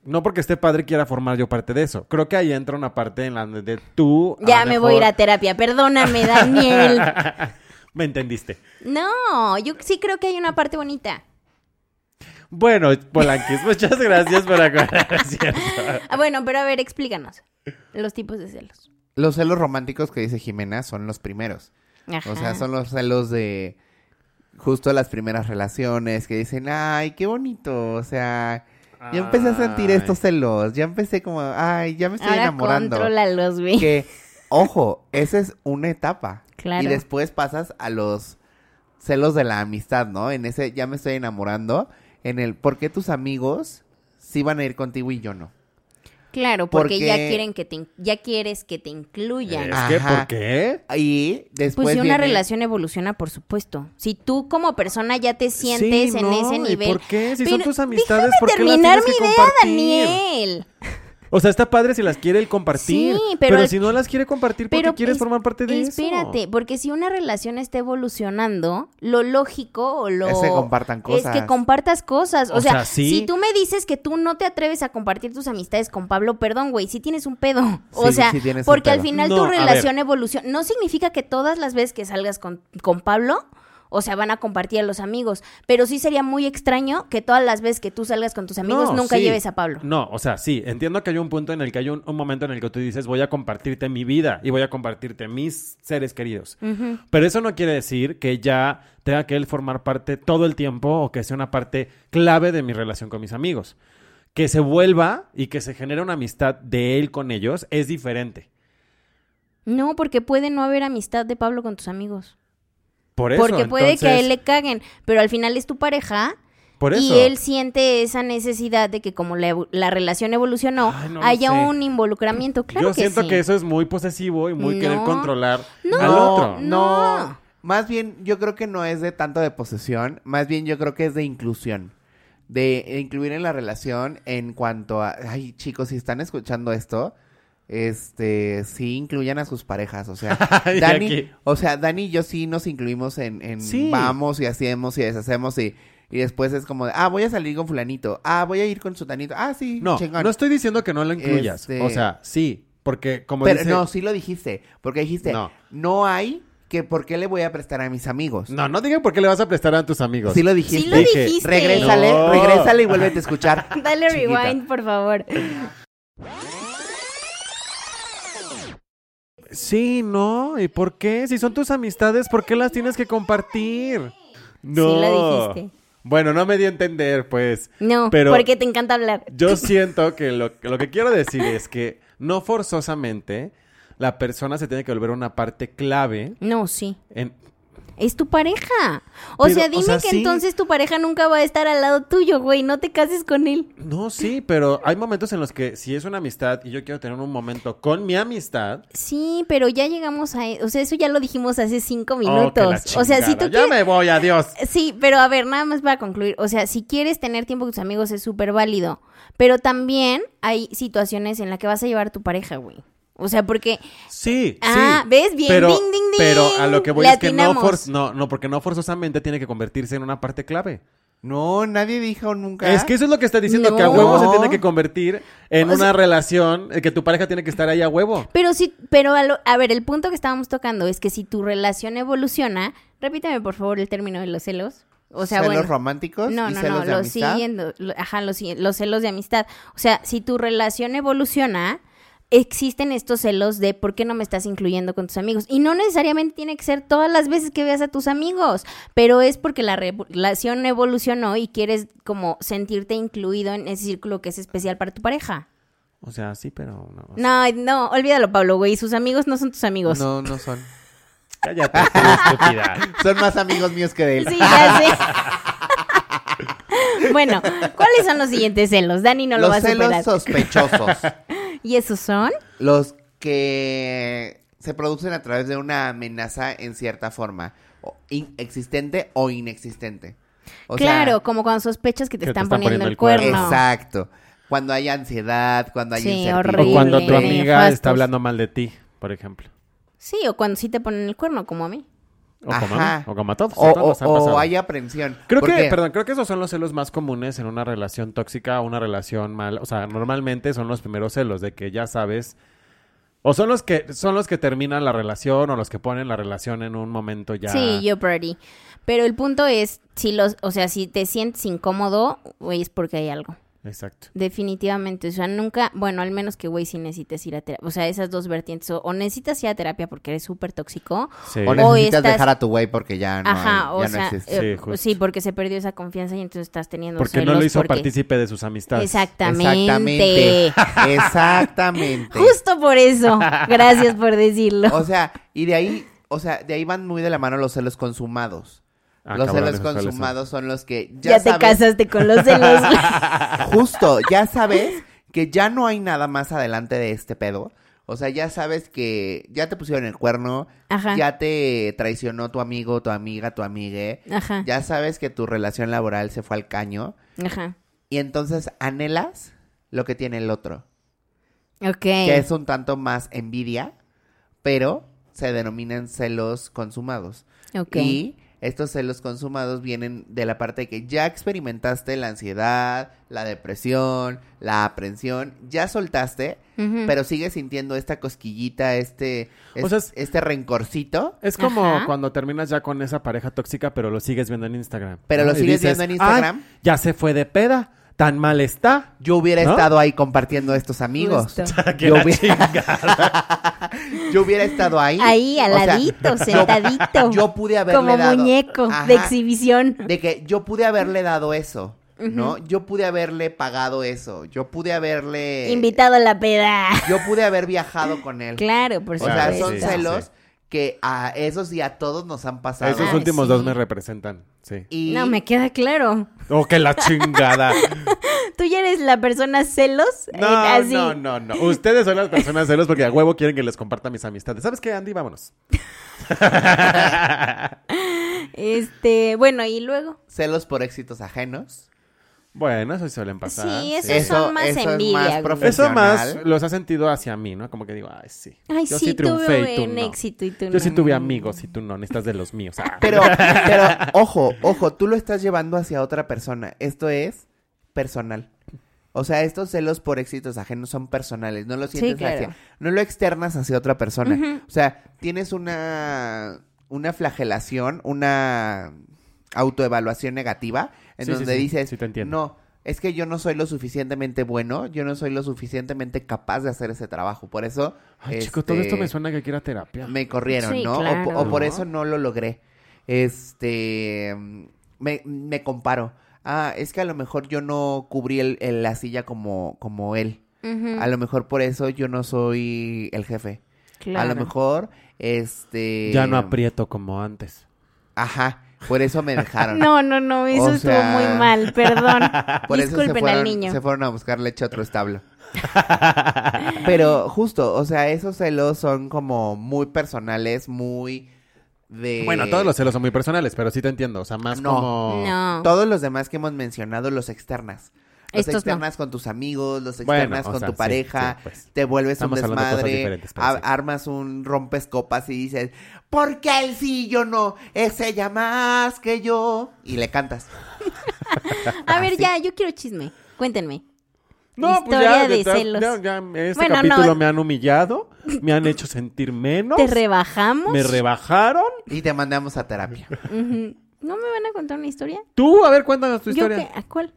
Speaker 2: no porque esté padre quiera formar yo parte de eso. Creo que ahí entra una parte en la de tú...
Speaker 4: Ya
Speaker 2: lo
Speaker 4: me voy a ir a
Speaker 2: mejor-
Speaker 4: terapia, perdóname, Daniel.
Speaker 2: Me entendiste.
Speaker 4: No, yo sí creo que hay una parte bonita.
Speaker 2: Bueno, Polanquis, muchas gracias por acordar, es cierto.
Speaker 4: Ah, Bueno, pero a ver, explícanos los tipos de celos.
Speaker 3: Los celos románticos que dice Jimena son los primeros.
Speaker 4: Ajá.
Speaker 3: O sea, son los celos de justo las primeras relaciones que dicen, ay, qué bonito, o sea, yo empecé a sentir
Speaker 2: Ay.
Speaker 3: estos celos, ya empecé como, ay, ya me estoy
Speaker 4: Ahora
Speaker 3: enamorando.
Speaker 4: controlalos, güey.
Speaker 3: Que, ojo, esa es una etapa.
Speaker 4: Claro.
Speaker 3: Y después pasas a los celos de la amistad, ¿no? En ese, ya me estoy enamorando, en el, ¿por qué tus amigos sí van a ir contigo y yo no?
Speaker 4: Claro, porque, ya
Speaker 3: Porque-
Speaker 4: quieren que te in- ya quieres que te incluyan.
Speaker 2: Es que,
Speaker 3: Ajá.
Speaker 2: ¿por qué?
Speaker 3: Y después...
Speaker 4: Pues si una
Speaker 3: viene-
Speaker 4: relación evoluciona, por supuesto. Si tú como persona ya te sientes
Speaker 2: Sí,
Speaker 4: en
Speaker 2: no,
Speaker 4: ese
Speaker 2: ¿y
Speaker 4: nivel.
Speaker 2: ¿Por qué? Si son
Speaker 4: Pero
Speaker 2: tus amistades, ¿por qué las
Speaker 4: terminar
Speaker 2: tienes
Speaker 4: mi
Speaker 2: que
Speaker 4: idea,
Speaker 2: compartir?
Speaker 4: Daniel.
Speaker 2: O sea, está padre si las quiere él compartir.
Speaker 4: Sí, pero
Speaker 2: pero
Speaker 4: al-
Speaker 2: si no las quiere compartir porque
Speaker 4: pero
Speaker 2: quieres
Speaker 4: es-
Speaker 2: formar parte de eso.
Speaker 4: Espérate, porque si una relación está evolucionando, lo lógico o lo...
Speaker 3: Es que compartan cosas.
Speaker 4: Es que compartas cosas. O,
Speaker 2: O
Speaker 4: sea,
Speaker 2: sea, sí.
Speaker 4: si tú me dices que tú no te atreves a compartir tus amistades con Pablo, perdón, güey, si tienes un pedo. O
Speaker 3: Sí,
Speaker 4: sea,
Speaker 3: sí tienes un
Speaker 4: porque al
Speaker 3: pedo.
Speaker 4: final
Speaker 2: No,
Speaker 4: tu
Speaker 2: a ver.
Speaker 4: relación evoluciona. No significa que todas las veces que salgas con, con Pablo... O sea, van a compartir a los amigos. Pero sí sería muy extraño que todas las veces que tú salgas con tus amigos
Speaker 2: No,
Speaker 4: nunca
Speaker 2: sí.
Speaker 4: lleves a Pablo.
Speaker 2: No, o sea, sí, entiendo que hay un punto en el que hay un, un momento en el que tú dices, voy a compartirte mi vida y voy a compartirte mis seres queridos.
Speaker 4: Ujú.
Speaker 2: Pero eso no quiere decir que ya tenga que él formar parte todo el tiempo o que sea una parte clave de mi relación con mis amigos. Que se vuelva y que se genere una amistad de él con ellos es diferente.
Speaker 4: No, porque puede no haber amistad de Pablo con tus amigos.
Speaker 2: Por eso,
Speaker 4: porque puede que a
Speaker 2: entonces,
Speaker 4: él le caguen, pero al final es tu pareja
Speaker 2: por eso.
Speaker 4: y él siente esa necesidad de que como la, evo- la relación evolucionó,
Speaker 2: Ay, no lo
Speaker 4: haya
Speaker 2: sé.
Speaker 4: un involucramiento. Claro
Speaker 2: Yo
Speaker 4: que
Speaker 2: siento
Speaker 4: sí.
Speaker 2: que eso es muy posesivo y muy querer
Speaker 4: No.
Speaker 2: controlar
Speaker 4: No.
Speaker 2: al otro.
Speaker 3: No,
Speaker 4: No.
Speaker 3: Más bien, yo creo que no es de tanto de posesión, más bien yo creo que es de inclusión. De incluir en la relación en cuanto a. Ay, chicos, si están escuchando esto, este. Sí, incluyan a sus parejas. O sea,
Speaker 2: Y
Speaker 3: Dani.
Speaker 2: aquí.
Speaker 3: O sea, Dani y yo sí nos incluimos en. en
Speaker 2: Sí.
Speaker 3: Vamos y hacemos y deshacemos y. Y después es como de, ah, voy a salir con fulanito, ah, voy a ir con sutanito, ah, sí,
Speaker 2: No,
Speaker 3: chingón.
Speaker 2: no estoy diciendo que no lo incluyas.
Speaker 3: Este-
Speaker 2: O sea, sí, porque como
Speaker 3: Pero
Speaker 2: dice...
Speaker 3: no, sí lo dijiste, porque dijiste,
Speaker 2: No.
Speaker 3: no, hay que por qué le voy a prestar a mis amigos.
Speaker 2: No, no digan por qué le vas a prestar a tus amigos.
Speaker 3: Sí lo dijiste.
Speaker 4: Sí lo
Speaker 2: Dije,
Speaker 4: dijiste.
Speaker 3: Regrésale,
Speaker 2: No.
Speaker 3: regrésale y vuélvete a escuchar.
Speaker 4: Dale
Speaker 3: Chiquita.
Speaker 4: rewind, por favor.
Speaker 2: Sí, no. ¿Y por qué? Si son tus amistades, ¿por qué las tienes que compartir? No.
Speaker 4: Sí lo dijiste.
Speaker 2: Bueno, no me di a entender, pues.
Speaker 4: No,
Speaker 2: Pero-
Speaker 4: porque te encanta hablar.
Speaker 2: Yo siento que lo, lo que quiero decir es que no forzosamente la persona se tiene que volver una parte clave
Speaker 4: No, sí.
Speaker 2: en...
Speaker 4: Es tu pareja. O
Speaker 2: Pero,
Speaker 4: sea,
Speaker 2: o
Speaker 4: dime
Speaker 2: sea,
Speaker 4: que
Speaker 2: sí.
Speaker 4: entonces tu pareja nunca va a estar al lado tuyo, güey. No te cases con él.
Speaker 2: No, sí, pero hay momentos en los que si es una amistad y yo quiero tener un momento con mi amistad...
Speaker 4: Sí, pero ya llegamos a... e, O sea, eso ya lo dijimos hace cinco
Speaker 2: oh, que la
Speaker 4: minutos. o sea, si tú
Speaker 2: chingada. Ya
Speaker 4: quieres... Eh,
Speaker 2: me voy, adiós.
Speaker 4: Sí, pero a ver, nada más para concluir. O sea, si quieres tener tiempo con tus amigos es súper válido. Pero también hay situaciones en las que vas a llevar a tu pareja, güey. O sea, porque...
Speaker 2: Sí,
Speaker 4: Ah,
Speaker 2: sí.
Speaker 4: ¿ves? Bien, ding, ding, ding.
Speaker 2: Pero a lo que voy
Speaker 4: Le
Speaker 2: es que no,
Speaker 4: atinamos.
Speaker 2: forz- no, no, porque no forzosamente tiene que convertirse en una parte clave.
Speaker 3: No, nadie dijo nunca.
Speaker 2: Es que eso es lo que está diciendo,
Speaker 4: No.
Speaker 2: que a huevo se
Speaker 3: No.
Speaker 2: tiene que convertir en
Speaker 4: O
Speaker 2: una
Speaker 4: sea-
Speaker 2: relación, eh, que tu pareja tiene que estar ahí a huevo.
Speaker 4: Pero sí, pero a, lo- a ver, el punto que estábamos tocando es que si tu relación evoluciona... Repítame, por favor, el término de los celos. O sea,
Speaker 3: celos
Speaker 4: bueno...
Speaker 3: románticos
Speaker 4: No,
Speaker 3: y
Speaker 4: no,
Speaker 3: celos
Speaker 4: no,
Speaker 3: de
Speaker 4: lo
Speaker 3: amistad.
Speaker 4: siguiendo, lo- ajá, lo sigui- los celos de amistad. O sea, si tu relación evoluciona, existen estos celos de por qué no me estás incluyendo con tus amigos. Y no necesariamente tiene que ser todas las veces que veas a tus amigos, pero es porque la re- relación evolucionó y quieres como sentirte incluido en ese círculo que es especial para tu pareja.
Speaker 2: O sea, sí, pero no. o sea,
Speaker 4: No, no, olvídalo, Pablo, güey, sus amigos no son tus amigos.
Speaker 3: No, no son.
Speaker 2: Cállate, tú estúpida.
Speaker 3: Son más amigos míos que de él.
Speaker 4: Sí, ya sé. bueno, ¿cuáles son los siguientes celos? Dani no lo va
Speaker 3: Los
Speaker 4: a
Speaker 3: celos
Speaker 4: superar.
Speaker 3: sospechosos.
Speaker 4: ¿Y esos son?
Speaker 3: los que se producen a través de una amenaza en cierta forma, o in- existente o inexistente. O sea,
Speaker 4: claro, como cuando sospechas que
Speaker 2: que
Speaker 4: te
Speaker 2: te
Speaker 4: están,
Speaker 2: están
Speaker 4: poniendo,
Speaker 2: poniendo
Speaker 4: el
Speaker 2: el cuerno.
Speaker 4: cuerno.
Speaker 3: Exacto. Cuando hay ansiedad, cuando hay
Speaker 4: Sí,
Speaker 3: incertidumbre.
Speaker 2: O
Speaker 4: horrible.
Speaker 2: cuando tu amiga
Speaker 4: nefastos.
Speaker 2: está hablando mal de ti, por ejemplo.
Speaker 4: Sí, o cuando sí te ponen el cuerno, como a mí.
Speaker 2: O como, a mí,
Speaker 3: Ajá.
Speaker 2: o como a todos.
Speaker 3: O,
Speaker 2: a pues, todos
Speaker 3: o-
Speaker 2: nos ha
Speaker 3: o
Speaker 2: pasado.
Speaker 3: hay aprensión.
Speaker 2: Creo que,
Speaker 3: ¿Por qué?
Speaker 2: perdón, creo que esos son los celos más comunes en una relación tóxica o una relación mal. O sea, normalmente son los primeros celos de que ya sabes. O son los que, son los que terminan la relación o los que ponen la relación en un momento ya.
Speaker 4: Sí, yo pretty. Pero el punto es, si los, o sea, si te sientes incómodo, güey, es porque hay algo.
Speaker 2: Exacto.
Speaker 4: Definitivamente, o sea, nunca, bueno, al menos que, güey, si necesites ir a terapia, o sea, esas dos vertientes, o, o necesitas ir a terapia porque eres súper tóxico,
Speaker 2: Sí.
Speaker 3: O
Speaker 4: ne-
Speaker 3: necesitas
Speaker 4: estás-
Speaker 3: dejar a tu güey porque ya Ah, no,
Speaker 4: ajá,
Speaker 3: hay-
Speaker 4: o
Speaker 3: ya no
Speaker 4: sea,
Speaker 3: existe.
Speaker 4: eh,
Speaker 2: eh, Sí, justo.
Speaker 4: sí, porque se perdió esa confianza y entonces estás teniendo
Speaker 2: Porque no
Speaker 4: celos
Speaker 2: lo hizo
Speaker 4: porque-
Speaker 2: partícipe de sus amistades.
Speaker 4: Exactamente.
Speaker 3: Exactamente. Exactamente.
Speaker 4: Justo por eso. Gracias por decirlo.
Speaker 3: O sea, y de ahí, o sea, de ahí van muy de la mano los celos consumados.
Speaker 2: Ah,
Speaker 3: los
Speaker 2: cabrón, esos
Speaker 3: celos
Speaker 2: celos son-
Speaker 3: consumados son los que ya,
Speaker 4: Ya, te
Speaker 3: sabes,
Speaker 4: casaste con los celos.
Speaker 3: justo, ya sabes que ya no hay nada más adelante de este pedo. O sea, ya sabes que ya te pusieron el cuerno,
Speaker 4: Ajá.
Speaker 3: ya te traicionó tu amigo, tu amiga, tu amigue,
Speaker 4: Ajá.
Speaker 3: ya sabes que tu relación laboral se fue al caño
Speaker 4: Ajá.
Speaker 3: y entonces anhelas lo que tiene el otro.
Speaker 4: Ok.
Speaker 3: que es un tanto más envidia, pero se denominan celos consumados.
Speaker 4: ok.
Speaker 3: Y estos celos consumados vienen de la parte de que ya experimentaste la ansiedad, la depresión, la aprensión, ya soltaste,
Speaker 4: Ujú.
Speaker 3: pero sigues sintiendo esta cosquillita, este,
Speaker 2: O
Speaker 3: es-
Speaker 2: sea, es-
Speaker 3: este rencorcito.
Speaker 2: Es como
Speaker 4: Ajá.
Speaker 2: cuando terminas ya con esa pareja tóxica, pero lo sigues viendo en Instagram.
Speaker 3: Pero
Speaker 2: ¿no?
Speaker 3: lo
Speaker 2: Y
Speaker 3: sigues viendo en Instagram.
Speaker 2: "Ay, ya se fue de peda, tan mal está.
Speaker 3: Yo hubiera
Speaker 2: ¿No?
Speaker 3: estado ahí compartiendo estos amigos.
Speaker 4: Justo.
Speaker 2: Que
Speaker 3: Yo
Speaker 2: la
Speaker 3: hubiera- Yo hubiera estado ahí.
Speaker 4: Ahí, al
Speaker 3: O sea,
Speaker 4: ladito, sentadito.
Speaker 3: Yo pude haberle
Speaker 4: como
Speaker 3: dado-
Speaker 4: muñeco
Speaker 3: Ajá.
Speaker 4: de exhibición.
Speaker 3: de que yo pude haberle dado eso, ¿no? Yo pude haberle pagado eso, yo pude haberle...
Speaker 4: Invitado a la peda.
Speaker 3: Yo pude haber viajado con él.
Speaker 4: Claro, por
Speaker 3: o
Speaker 4: supuesto.
Speaker 3: sea,
Speaker 2: Claro,
Speaker 3: son
Speaker 2: sí,
Speaker 3: celos
Speaker 2: sí.
Speaker 3: que a esos y a todos nos han pasado.
Speaker 2: Esos
Speaker 4: Ah,
Speaker 2: últimos
Speaker 4: sí.
Speaker 2: dos me representan, sí.
Speaker 3: Y
Speaker 4: No, me queda claro.
Speaker 2: Oh, que la chingada.
Speaker 4: Tú ya eres la persona celos. eh,
Speaker 2: No,
Speaker 4: así.
Speaker 2: no, no, no. Ustedes son las personas celos porque a huevo quieren que les comparta mis amistades. ¿Sabes qué, Andy? Vámonos.
Speaker 4: Este, bueno, y luego.
Speaker 3: celos por éxitos ajenos.
Speaker 2: Bueno, eso sí suelen pasar.
Speaker 4: Sí,
Speaker 2: eso
Speaker 4: esos
Speaker 3: Eso-
Speaker 4: son más
Speaker 3: eso es
Speaker 4: envidia.
Speaker 3: más
Speaker 4: güey.
Speaker 3: profe-
Speaker 2: Eso más
Speaker 3: profesional.
Speaker 2: los ha sentido hacia mí, ¿no? Como que digo, ay, sí.
Speaker 4: Ay,
Speaker 2: Yo
Speaker 4: sí,
Speaker 2: sí triunfé
Speaker 4: tuve
Speaker 2: y tú
Speaker 4: un
Speaker 2: no.
Speaker 4: éxito y tú
Speaker 2: Yo
Speaker 4: no.
Speaker 2: sí tuve amigos y tú no. Necesitas de los míos. Ah.
Speaker 3: Pero, pero, ojo, ojo, tú lo estás llevando hacia otra persona. Esto es personal. O sea, estos celos por éxitos ajenos son personales. No lo
Speaker 4: Sí,
Speaker 3: sientes
Speaker 4: claro.
Speaker 3: hacia, no lo externas hacia otra persona.
Speaker 4: Ujú.
Speaker 3: O sea, tienes una, una flagelación, una autoevaluación negativa en
Speaker 2: Sí, sí,
Speaker 3: donde
Speaker 2: sí.
Speaker 3: dices,
Speaker 2: Sí, te entiendo.
Speaker 3: no, es que yo no soy lo suficientemente bueno, yo no soy lo suficientemente capaz de hacer ese trabajo. Por eso,
Speaker 2: Ay, chico, todo esto
Speaker 3: este,
Speaker 2: me suena que quiera terapia.
Speaker 3: me corrieron,
Speaker 4: Sí,
Speaker 3: ¿no? O
Speaker 4: claro.
Speaker 3: po- O, por
Speaker 2: No.
Speaker 3: eso no lo logré. Este, mm, me, me comparo. Ah, es que a lo mejor yo no cubrí el- el- la silla como, como él.
Speaker 4: Ujú,
Speaker 3: A lo mejor por eso yo no soy el jefe. A
Speaker 4: claro.
Speaker 3: lo mejor, este...
Speaker 2: Ya no aprieto como antes.
Speaker 3: Ajá, por eso me dejaron.
Speaker 4: No, no, no, eso
Speaker 3: O
Speaker 4: estuvo muy
Speaker 3: sea,
Speaker 4: mal, perdón.
Speaker 3: Por eso se
Speaker 4: Disculpen
Speaker 3: fueron,
Speaker 4: al niño.
Speaker 3: se fueron a buscar leche a otro establo. Pero justo, o sea, esos celos son como muy personales, muy de...
Speaker 2: Bueno, todos los celos son muy personales, pero sí te entiendo. O sea, más
Speaker 3: eh, No.
Speaker 2: como...
Speaker 4: No.
Speaker 3: Todos los demás que hemos mencionado, los externas. Los
Speaker 4: Estos no.
Speaker 3: externas con tus amigos, los
Speaker 2: Bueno,
Speaker 3: externas
Speaker 2: o
Speaker 3: con
Speaker 2: sea,
Speaker 3: tu
Speaker 2: sí,
Speaker 3: pareja,
Speaker 2: sí, pues.
Speaker 3: te vuelves un
Speaker 2: Estamos hablando de cosas
Speaker 3: desmadre,
Speaker 2: diferentes, pero
Speaker 3: a-
Speaker 2: sí.
Speaker 3: armas un rompes copas y dices, ¿por qué él sí, yo no? Es ella más que yo. Y le cantas.
Speaker 4: A ver,
Speaker 3: Así.
Speaker 4: ya, yo quiero chisme. Cuéntenme.
Speaker 2: No, pues
Speaker 4: Historia
Speaker 2: ya,
Speaker 4: de
Speaker 2: ya-
Speaker 4: celos.
Speaker 2: ya- ya este
Speaker 4: Bueno,
Speaker 2: capítulo
Speaker 4: no. eh.
Speaker 2: me han humillado, me han hecho sentir menos,
Speaker 4: ¿Te rebajamos?
Speaker 2: me rebajaron.
Speaker 3: Y te mandamos a terapia.
Speaker 4: Ujú. ¿No me van a contar una historia?
Speaker 2: Tú, a ver, cuéntanos tu
Speaker 4: ¿Yo
Speaker 2: historia.
Speaker 4: qué? ¿A cuál?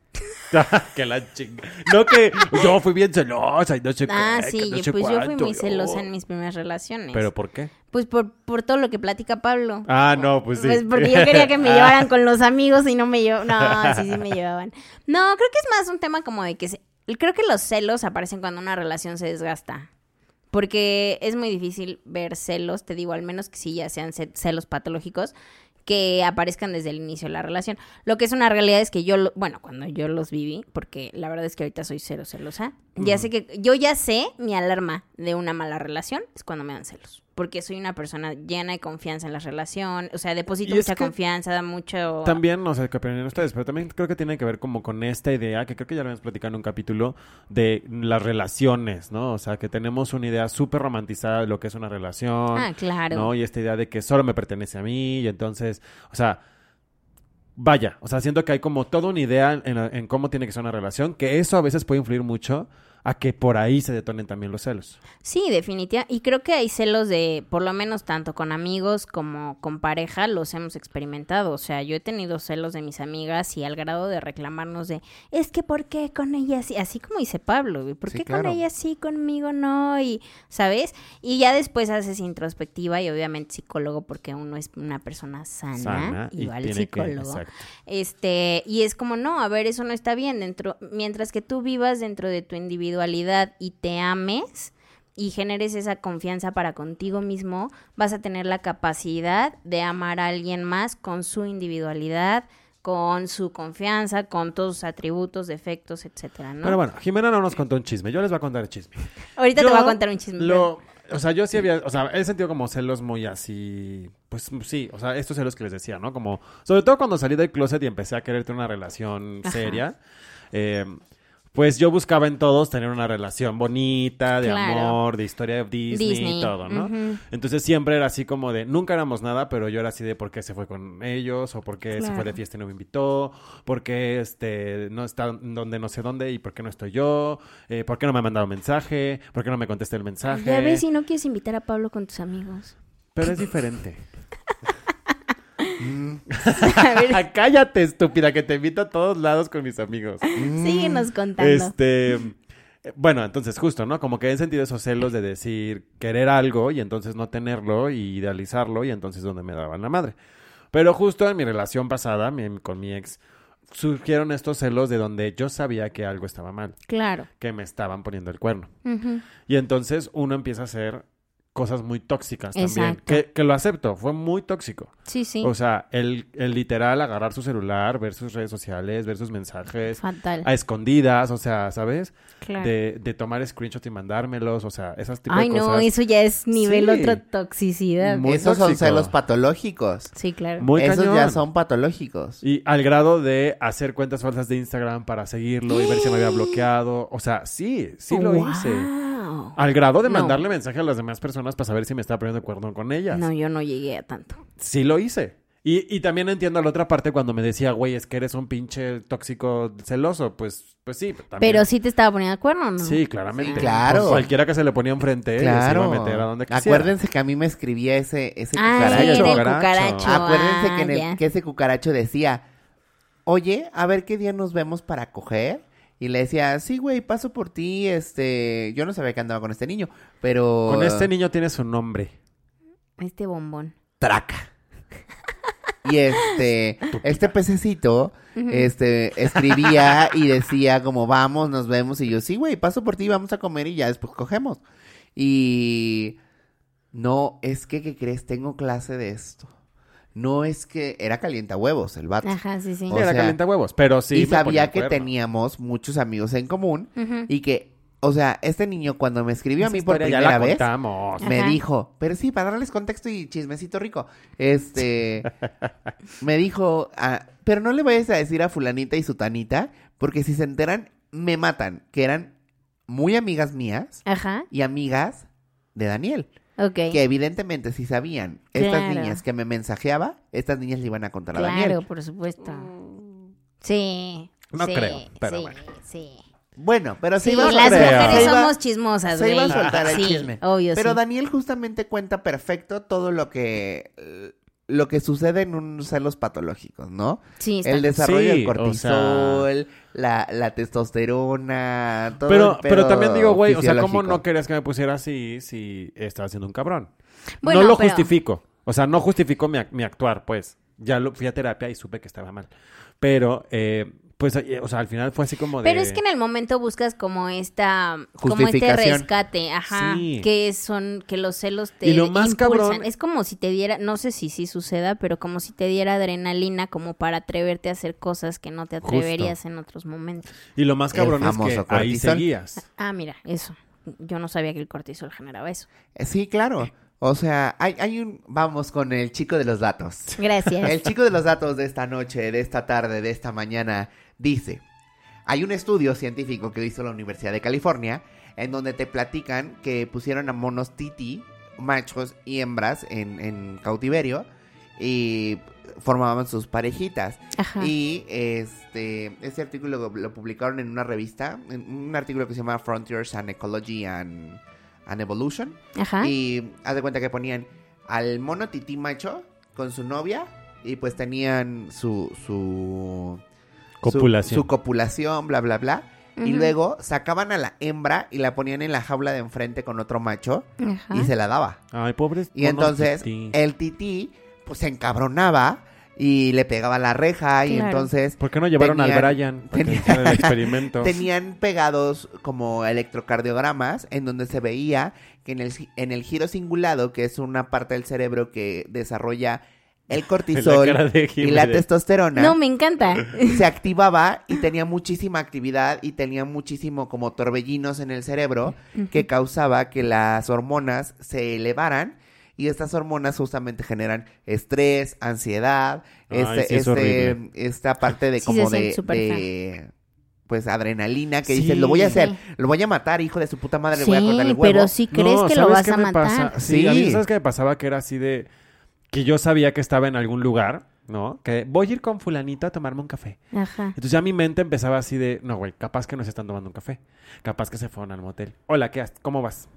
Speaker 2: Ah, que la chinga. No que yo fui bien celosa y no sé
Speaker 4: Ah,
Speaker 2: qué, que
Speaker 4: sí,
Speaker 2: no
Speaker 4: yo-
Speaker 2: sé
Speaker 4: pues yo fui
Speaker 2: cuánto,
Speaker 4: muy
Speaker 2: yo-
Speaker 4: celosa en mis primeras relaciones.
Speaker 2: ¿Pero por qué?
Speaker 4: Pues por, por todo lo que platica Pablo.
Speaker 2: Ah, no, pues sí. Ah,
Speaker 4: Pues porque yo quería que me llevaran con los amigos y no me llevaban. No, sí, sí me llevaban. No, creo que es más un tema como de que... se- Creo que los celos aparecen cuando una relación se desgasta. Porque es muy difícil ver celos, te digo, al menos que sí ya sean ce- celos patológicos, que aparezcan desde el inicio de la relación. Lo que es una realidad es que yo, lo- bueno, cuando yo los viví, porque la verdad es que ahorita soy cero celosa, ya sé que, yo ya sé mi alarma de una mala relación es cuando me dan celos. Porque soy una persona llena de confianza en las relaciones, o sea, deposito
Speaker 2: Y es
Speaker 4: mucha
Speaker 2: que
Speaker 4: confianza, da mucho...
Speaker 2: También, no sé qué opinan ustedes, pero también creo que tiene que ver como con esta idea, que creo que ya lo habíamos platicado en un capítulo, de las relaciones, ¿no? O sea, que tenemos una idea súper romantizada de lo que es una relación.
Speaker 4: Ah, claro.
Speaker 2: ¿no? Y esta idea de que solo me pertenece a mí y entonces, o sea, vaya, o sea, siento que hay como toda una idea en, la- en cómo tiene que ser una relación, que eso a veces puede influir mucho a que por ahí se detonen también los celos.
Speaker 4: Sí, definitivamente. Y creo que hay celos de, por lo menos tanto con amigos como con pareja, los hemos experimentado. O sea, yo he tenido celos de mis amigas y al grado de reclamarnos de, es que ¿por qué con ella sí? Así como dice Pablo, güey, ¿por
Speaker 3: Sí,
Speaker 4: qué con
Speaker 3: claro.
Speaker 4: ella sí, conmigo no? Y, ¿sabes? Y ya después haces introspectiva y obviamente psicólogo porque uno es una persona sana,
Speaker 2: Sana
Speaker 4: y,
Speaker 2: y
Speaker 4: va al
Speaker 2: tiene que-
Speaker 4: psicólogo.
Speaker 2: exacto.
Speaker 4: Este, y es como, no, a ver, eso no está bien. Dentro, mientras que tú vivas dentro de tu individualidad y te ames y generes esa confianza para contigo mismo, vas a tener la capacidad de amar a alguien más con su individualidad, con su confianza, con todos sus atributos, defectos, etcétera, ¿no?
Speaker 2: Pero bueno, Jimena no nos contó un chisme, yo les voy a contar el chisme.
Speaker 4: Ahorita
Speaker 2: Yo
Speaker 4: te voy a contar un chisme.
Speaker 2: lo- o sea, yo sí había, o sea, he sentido como celos muy así, pues sí, o sea, estos celos que les decía, ¿no? Como, sobre todo cuando salí del closet y empecé a querer tener una relación
Speaker 4: Ajá.
Speaker 2: seria, eh, pues yo buscaba en todos tener una relación bonita, de
Speaker 4: Claro.
Speaker 2: amor, de historia de Disney, y
Speaker 4: Disney,
Speaker 2: todo, ¿no?
Speaker 4: ujú.
Speaker 2: Entonces siempre era así como de, nunca éramos nada, pero yo era así de por qué se fue con ellos, o por qué se fue de
Speaker 4: Claro.
Speaker 2: fiesta y no me invitó, por qué este, no está donde no sé dónde y por qué no estoy yo, eh, por qué no me ha mandado mensaje, por qué no me contesta el mensaje.
Speaker 4: Ya ves si no quieres invitar a Pablo con tus amigos.
Speaker 2: Pero es diferente.
Speaker 4: A ver,
Speaker 2: Cállate, estúpida, que te invito a todos lados con mis amigos.
Speaker 4: Mm. síguenos contando.
Speaker 2: Este, bueno, entonces justo, ¿no? Como que he sentido esos celos de decir querer algo y entonces no tenerlo y idealizarlo y entonces donde me daban la madre. Pero justo en mi relación pasada mi- con mi ex surgieron estos celos de donde yo sabía que algo estaba mal,
Speaker 4: Claro.
Speaker 2: que me estaban poniendo el cuerno.
Speaker 4: Ujú.
Speaker 2: Y entonces uno empieza a hacer cosas muy tóxicas también.
Speaker 4: Exacto.
Speaker 2: Que, que lo acepto, fue muy tóxico.
Speaker 4: Sí, sí.
Speaker 2: O sea, el, el literal agarrar su celular, ver sus redes sociales, ver sus mensajes,
Speaker 4: Fatal.
Speaker 2: a escondidas, o sea, ¿sabes?
Speaker 4: Claro.
Speaker 2: de, de tomar screenshot y mandármelos, o sea, esas tipo
Speaker 4: Ay,
Speaker 2: de cosas.
Speaker 4: no, eso ya es nivel
Speaker 2: Sí.
Speaker 4: otra toxicidad.
Speaker 2: Muy
Speaker 3: Esos son
Speaker 2: tóxico.
Speaker 3: celos patológicos.
Speaker 4: Sí, claro.
Speaker 2: Muy
Speaker 3: Esos
Speaker 2: cañón.
Speaker 3: ya son patológicos.
Speaker 2: Y al grado de hacer cuentas falsas de Instagram para seguirlo y ver si me había bloqueado. O sea, sí, sí lo
Speaker 4: Wow.
Speaker 2: hice. Ah, Al grado de
Speaker 4: No.
Speaker 2: mandarle mensaje a las demás personas para saber si me estaba poniendo de acuerdo con ellas.
Speaker 4: No, yo no llegué a tanto.
Speaker 2: Sí lo hice. Y, y también entiendo a la otra parte cuando me decía, güey, es que eres un pinche tóxico celoso. Pues, pues sí. también.
Speaker 4: Pero sí te estaba poniendo de acuerdo, ¿no?
Speaker 2: Sí, claramente.
Speaker 3: Sí, claro.
Speaker 2: Pues cualquiera que se le ponía enfrente, claro.
Speaker 3: claro.
Speaker 2: iba a meter a donde quisiera.
Speaker 3: Acuérdense que a mí me escribía ese, ese
Speaker 4: Ah,
Speaker 3: cucaracho.
Speaker 4: sí, era el
Speaker 2: cucaracho.
Speaker 4: cucaracho.
Speaker 3: Acuérdense que, en el-
Speaker 4: Ah, ya.
Speaker 3: que ese cucaracho decía, oye, a ver qué día nos vemos para coger. Y le decía, sí, güey, paso por ti, este... Yo no sabía que andaba con este niño, pero...
Speaker 2: Con este niño tiene su nombre.
Speaker 4: Este bombón.
Speaker 3: Traca. Y este, este pececito, este, escribía y decía como, vamos, nos vemos. Y yo, sí, güey, paso por ti, vamos a comer y ya después cogemos. Y no, es que, ¿qué crees? Tengo clase de esto. No es que, era calienta huevos el vato.
Speaker 4: Ajá, sí, sí.
Speaker 2: Sí,
Speaker 3: O
Speaker 2: era
Speaker 3: sea,
Speaker 2: calienta huevos, pero sí. me
Speaker 3: y
Speaker 2: ponía
Speaker 3: sabía
Speaker 2: el
Speaker 3: que
Speaker 2: cuerno.
Speaker 3: teníamos muchos amigos en común
Speaker 4: Ujú.
Speaker 3: y que, o sea, este niño cuando me escribió a
Speaker 2: Esa
Speaker 3: mí por
Speaker 2: historia
Speaker 3: primera
Speaker 2: ya la
Speaker 3: vez,
Speaker 2: contamos.
Speaker 4: Ajá.
Speaker 3: me dijo, pero sí, para darles contexto y chismecito rico, este, me dijo, "Ah, pero no le vayas a decir a fulanita y sutanita, porque si se enteran, me matan, que eran muy amigas mías
Speaker 4: Ajá,
Speaker 3: y amigas de Daniel,
Speaker 4: ok.
Speaker 3: que evidentemente si sabían estas
Speaker 4: Claro.
Speaker 3: niñas que me mensajeaba, estas niñas le iban a contar a
Speaker 4: claro,
Speaker 3: Daniel. Mm.
Speaker 4: por supuesto. Sí.
Speaker 2: No
Speaker 4: sí,
Speaker 2: creo, pero
Speaker 4: sí,
Speaker 2: bueno.
Speaker 4: Sí.
Speaker 3: Bueno, pero se
Speaker 4: Sí,
Speaker 3: iba a
Speaker 4: las
Speaker 3: soltar-
Speaker 4: mujeres
Speaker 3: se iba-
Speaker 4: somos chismosas,
Speaker 3: Se
Speaker 4: güey.
Speaker 3: iba a soltar el
Speaker 4: sí,
Speaker 3: chisme.
Speaker 4: Obvio,
Speaker 3: Pero
Speaker 4: sí.
Speaker 3: Daniel justamente cuenta perfecto todo lo que eh, lo que sucede en unos celos patológicos, ¿no?
Speaker 4: Sí, está.
Speaker 3: El desarrollo
Speaker 2: Sí,
Speaker 3: del cortisol, la, la testosterona, todo
Speaker 2: Pero,
Speaker 3: el pedo
Speaker 2: pero también digo, güey, o sea, ¿cómo
Speaker 3: fisiológico.
Speaker 2: no querías que me pusiera así si estaba siendo un cabrón?
Speaker 4: Bueno,
Speaker 2: no lo
Speaker 4: pero-
Speaker 2: justifico. O sea, no justifico mi, ac- mi actuar, pues. Ya lo, fui a terapia y supe que estaba mal. Pero, eh, pues, eh, o sea, al final fue así como de...
Speaker 4: Pero es que en el momento buscas como esta, como este
Speaker 3: Justificación.
Speaker 4: rescate, ajá,
Speaker 2: Sí.
Speaker 4: que son, que los celos te
Speaker 2: Y lo más
Speaker 4: impulsan.
Speaker 2: cabrón-
Speaker 4: Es como si te diera, no sé si sí suceda, pero como si te diera adrenalina como para atreverte a hacer cosas que no te
Speaker 2: Justo.
Speaker 4: atreverías en otros momentos.
Speaker 2: Y lo más
Speaker 3: El
Speaker 2: cabrón es que
Speaker 3: famoso
Speaker 2: ahí
Speaker 3: cortisol.
Speaker 2: seguías.
Speaker 4: Ah, mira, eso. Yo no sabía que el cortisol generaba eso.
Speaker 3: Eh, Sí, claro. O sea, hay, hay un... Vamos con el chico de los datos.
Speaker 4: Gracias.
Speaker 3: El chico de los datos de esta noche, de esta tarde, de esta mañana, dice, hay un estudio científico que hizo la Universidad de California en donde te platican que pusieron a monos titi, machos y hembras en, en cautiverio y formaban sus parejitas.
Speaker 4: Ajá.
Speaker 3: Y este, este artículo lo, lo publicaron en una revista, en un artículo que se llama Frontiers and Ecology and, and Evolution.
Speaker 4: Ajá.
Speaker 3: Y haz de cuenta que ponían al mono tití macho con su novia y pues tenían su... su
Speaker 2: Copulación.
Speaker 3: Su, su copulación, bla, bla, bla. Y
Speaker 4: Ujú.
Speaker 3: luego sacaban a la hembra y la ponían en la jaula de enfrente con otro macho
Speaker 4: Ajá.
Speaker 3: y se la daba.
Speaker 2: Ay, pobre.
Speaker 3: Y entonces el tití pues se encabronaba y le pegaba a la reja y
Speaker 4: Claro.
Speaker 3: entonces
Speaker 2: ¿Por qué no llevaron al
Speaker 3: tenía-
Speaker 2: Brian para que
Speaker 3: tenía-
Speaker 2: hiciera el experimento?
Speaker 3: Tenían pegados como electrocardiogramas en donde se veía que en el, gi- en el giro cingulado, que es una parte del cerebro que desarrolla el cortisol
Speaker 2: cara de
Speaker 3: y la
Speaker 2: Jiménez.
Speaker 3: testosterona,
Speaker 4: No, me encanta.
Speaker 3: se activaba y tenía muchísima actividad y tenía muchísimo como torbellinos en el cerebro que causaba que las hormonas se elevaran. Y estas hormonas justamente generan estrés, ansiedad,
Speaker 2: Ay,
Speaker 3: este-
Speaker 2: sí, es
Speaker 3: este-
Speaker 2: horrible.
Speaker 3: esta parte de
Speaker 4: Sí, se
Speaker 3: como
Speaker 4: siente
Speaker 3: de-
Speaker 4: súper
Speaker 3: de pues adrenalina que
Speaker 2: Sí.
Speaker 3: dices, lo voy a hacer,
Speaker 4: Sí.
Speaker 3: lo voy a matar, hijo de su puta madre, le voy a cortar el
Speaker 4: Sí,
Speaker 3: huevo.
Speaker 4: pero si crees
Speaker 2: No,
Speaker 4: que lo
Speaker 2: ¿sabes
Speaker 4: vas
Speaker 2: qué
Speaker 4: a
Speaker 2: me
Speaker 4: matar.
Speaker 2: pasa? Sí, a mí,
Speaker 3: Sí.
Speaker 2: ¿sabes qué me pasaba? Que era así de... Que yo sabía que estaba en algún lugar, ¿no? Que voy a ir con fulanito a tomarme un café.
Speaker 4: Ajá.
Speaker 2: Entonces ya mi mente empezaba así de... No, güey, capaz que no se están tomando un café. Capaz que se fueron al motel. Hola, ¿qué haces? ¿Cómo vas?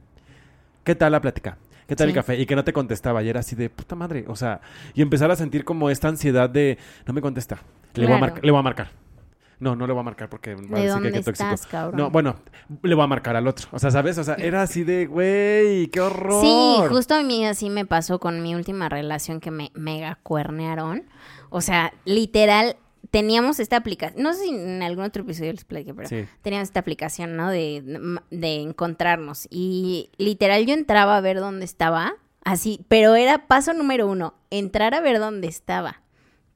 Speaker 2: ¿Qué tal la plática? ¿Qué tal el
Speaker 4: Sí.
Speaker 2: café? Y que no te contestaba. Y era así de... Puta madre. O sea... Y empezar a sentir como esta ansiedad de... No me contesta. Le, voy, a
Speaker 4: Claro.
Speaker 2: marcar, le voy a marcar. No, no le voy a marcar porque... va a
Speaker 4: ¿De
Speaker 2: decir que
Speaker 4: dónde
Speaker 2: qué tóxico.
Speaker 4: estás, cabrón?
Speaker 2: No, bueno, le voy a marcar al otro. O sea, ¿sabes? O sea, era así de, güey, qué horror.
Speaker 4: Sí, justo a mí así me pasó con mi última relación que me mega cuernearon. O sea, literal, teníamos esta aplicación. No sé si en algún otro episodio les platiqué, pero
Speaker 2: Sí.
Speaker 4: teníamos esta aplicación, ¿no? De, de encontrarnos. Y literal, yo entraba a ver dónde estaba. Así, pero era paso número uno, entrar a ver dónde estaba.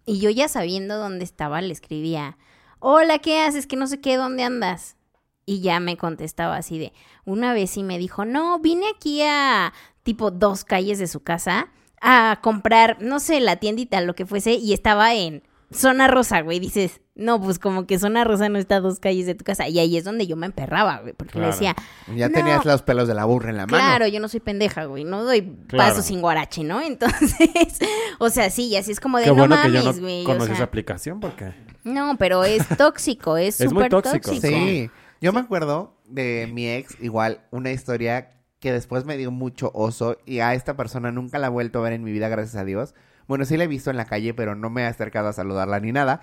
Speaker 4: Y yo ya sabiendo dónde estaba, le escribía, hola, ¿qué haces? Que no sé qué, ¿dónde andas? Y ya me contestaba así de, una vez sí me dijo, no, vine aquí a tipo dos calles de su casa a comprar, no sé, la tiendita, lo que fuese, y estaba en zona rosa, güey. Dices, no, pues como que zona rosa no está a dos calles de tu casa. Y ahí es donde yo me emperraba, güey, porque
Speaker 2: Claro.
Speaker 4: le decía,
Speaker 3: Ya
Speaker 4: No.
Speaker 3: tenías los pelos de la burra en la mano.
Speaker 4: Claro, yo no soy pendeja, güey. No doy
Speaker 2: Claro.
Speaker 4: paso sin guarache, ¿no? Entonces, o sea, sí, y así es como de
Speaker 2: Qué
Speaker 4: no
Speaker 2: bueno que yo
Speaker 4: mames,
Speaker 2: no
Speaker 4: güey. o
Speaker 2: conocí
Speaker 4: sea,
Speaker 2: esa aplicación porque...
Speaker 4: no, pero es tóxico, es
Speaker 2: Es muy
Speaker 4: súper
Speaker 2: tóxico.
Speaker 4: tóxico.
Speaker 3: Sí, yo me acuerdo de mi ex, igual, una historia que después me dio mucho oso y a esta persona nunca la he vuelto a ver en mi vida, gracias a Dios. Bueno, sí la he visto en la calle, pero no me he acercado a saludarla ni nada.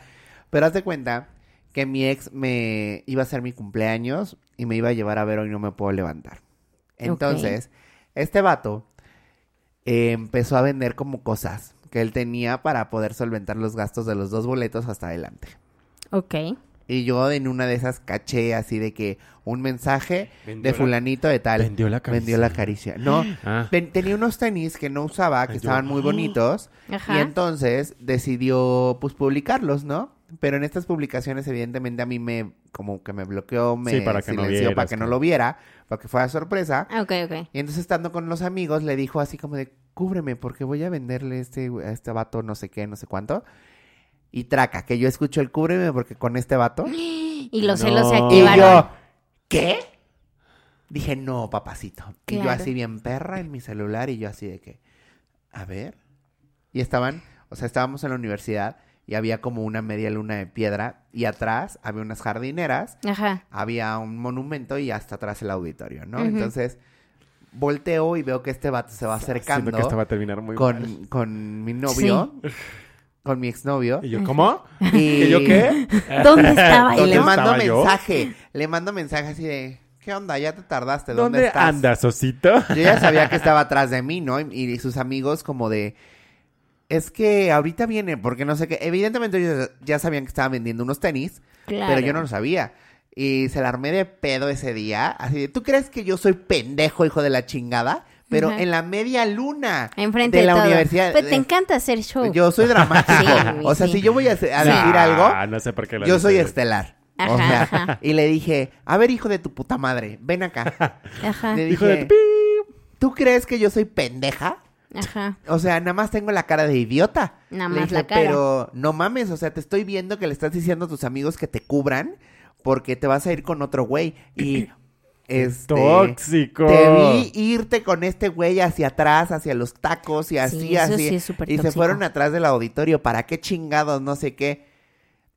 Speaker 3: Pero haz de cuenta que mi ex me iba a hacer mi cumpleaños y me iba a llevar a ver hoy no me puedo levantar. Entonces, este vato eh, empezó a vender como cosas que él tenía para poder solventar los gastos de los dos boletos hasta adelante.
Speaker 4: Ok.
Speaker 3: Y yo en una de esas caché así de que un mensaje
Speaker 2: Vendió
Speaker 3: de
Speaker 2: la-
Speaker 3: fulanito de tal.
Speaker 2: vendió la caricia.
Speaker 3: Vendió la caricia. No,
Speaker 2: Ah.
Speaker 3: ten- tenía unos tenis que no usaba, que
Speaker 2: Vendió-
Speaker 3: estaban muy bonitos.
Speaker 4: Ajá.
Speaker 3: Y entonces decidió pues publicarlos, ¿no? Pero en estas publicaciones evidentemente a mí me como que me bloqueó, me
Speaker 2: Sí, para que no
Speaker 3: silenció para
Speaker 2: vieras,
Speaker 3: que no
Speaker 2: claro.
Speaker 3: lo viera, para que fuera sorpresa.
Speaker 4: Ah, Ok, ok.
Speaker 3: Y entonces estando con los amigos le dijo así como de, cúbreme porque voy a venderle este, güey- a este vato no sé qué, no sé cuánto. Y traca, que yo escucho el cúbreme porque con este vato.
Speaker 4: Y los celos se
Speaker 2: No.
Speaker 3: Y
Speaker 4: activaron.
Speaker 3: yo, ¿qué? Dije, no, papacito. Y yo
Speaker 4: Claro.
Speaker 3: así bien perra en mi celular y yo así de que, a ver. Y estaban, o sea, estábamos en la universidad y había como una media luna de piedra y atrás había unas jardineras,
Speaker 4: Ajá.
Speaker 3: había un monumento y hasta atrás el auditorio, ¿no?
Speaker 4: Ujú.
Speaker 3: Entonces, volteo y veo que este vato se va
Speaker 2: Siento
Speaker 3: acercando
Speaker 2: que esta va a terminar muy mal.
Speaker 3: con, con mi novio, con mi exnovio.
Speaker 2: Y yo, ¿cómo?
Speaker 3: Y...
Speaker 2: ¿Que yo qué?
Speaker 4: ¿Dónde estaba
Speaker 3: Y
Speaker 2: ¿Dónde
Speaker 3: le
Speaker 4: yo?
Speaker 3: mando
Speaker 2: estaba yo?
Speaker 3: mensaje. Le mando mensaje así de: ¿Qué onda? Ya te tardaste. ¿Dónde,
Speaker 2: ¿Dónde
Speaker 3: estás?
Speaker 2: andas, osito?
Speaker 3: Yo ya sabía que estaba atrás de mí, ¿no? Y, y sus amigos, como de. Es que ahorita viene, porque no sé qué. Evidentemente, ellos ya sabían que estaba vendiendo unos tenis,
Speaker 4: Claro.
Speaker 3: pero yo no lo sabía. Y se la armé de pedo ese día. Así de: ¿Tú crees que yo soy pendejo, hijo de la chingada? Pero
Speaker 4: Ajá.
Speaker 3: en la media luna
Speaker 4: Enfrente
Speaker 3: de la
Speaker 4: todo.
Speaker 3: universidad.
Speaker 4: Pues te
Speaker 3: eh,
Speaker 4: encanta hacer show.
Speaker 3: Yo soy dramático.
Speaker 4: Sí, güey,
Speaker 3: o sea,
Speaker 4: sí.
Speaker 3: si yo voy a, a decir
Speaker 2: Nah,
Speaker 3: algo,
Speaker 2: No sé por qué lo
Speaker 3: yo
Speaker 2: dice.
Speaker 3: soy este, estelar.
Speaker 4: Ajá,
Speaker 3: O sea,
Speaker 4: ajá.
Speaker 3: Y le dije, a ver, hijo de tu puta madre, ven acá.
Speaker 4: Ajá.
Speaker 3: Le
Speaker 2: Hijo de
Speaker 3: dije,
Speaker 2: tu
Speaker 3: ¿tú crees que yo soy pendeja?
Speaker 4: Ajá.
Speaker 3: O sea, nada más tengo la cara de idiota.
Speaker 4: Nada
Speaker 3: Le
Speaker 4: más
Speaker 3: dije,
Speaker 4: la cara.
Speaker 3: Pero no mames, o sea, te estoy viendo que le estás diciendo a tus amigos que te cubran porque te vas a ir con otro güey. Y este.
Speaker 2: Tóxico.
Speaker 3: Te
Speaker 4: Oh.
Speaker 3: vi irte con este güey hacia atrás, hacia los tacos y así,
Speaker 4: eso
Speaker 3: así.
Speaker 4: sí es súper
Speaker 3: y se
Speaker 4: tóxico.
Speaker 3: fueron atrás del auditorio, ¿para qué chingados? No sé qué.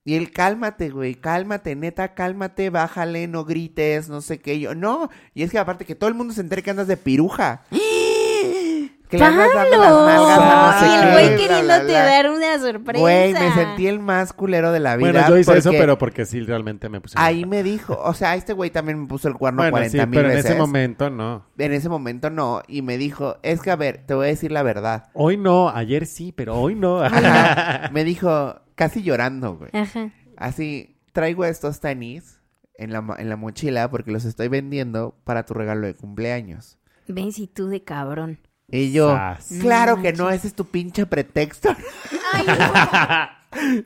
Speaker 3: Y él, cálmate, güey, cálmate, neta, cálmate, bájale, no grites, no sé qué. Y Yo, no. Y es que aparte que todo el mundo se entere que andas de piruja. Que le andas dando las
Speaker 4: ¡Pablo!
Speaker 3: nalgas a no sé
Speaker 4: Y el
Speaker 3: qué,
Speaker 4: güey
Speaker 3: bla, bla,
Speaker 4: queriéndote
Speaker 3: bla.
Speaker 4: dar una sorpresa.
Speaker 3: Güey, me sentí el más culero de la vida.
Speaker 2: Bueno, yo hice eso,
Speaker 3: porque
Speaker 2: pero porque sí, realmente me puse...
Speaker 3: Ahí me dijo, o sea, este güey también me puso el cuerno
Speaker 2: Bueno,
Speaker 3: 40
Speaker 2: sí,
Speaker 3: mil
Speaker 2: pero en
Speaker 3: veces.
Speaker 2: ese momento no.
Speaker 3: En ese momento no, y me dijo, es que a ver, te voy a decir la verdad.
Speaker 2: Hoy no, ayer sí, pero hoy no.
Speaker 3: Ajá. me dijo, casi llorando, güey.
Speaker 4: Ajá.
Speaker 3: Así, traigo estos tenis en la, mo- en la mochila porque los estoy vendiendo para tu regalo de cumpleaños.
Speaker 4: Ven si tú de cabrón.
Speaker 3: Y yo,
Speaker 2: Sas.
Speaker 3: claro
Speaker 4: No
Speaker 3: que no,
Speaker 4: manches.
Speaker 3: ese es tu pinche pretexto.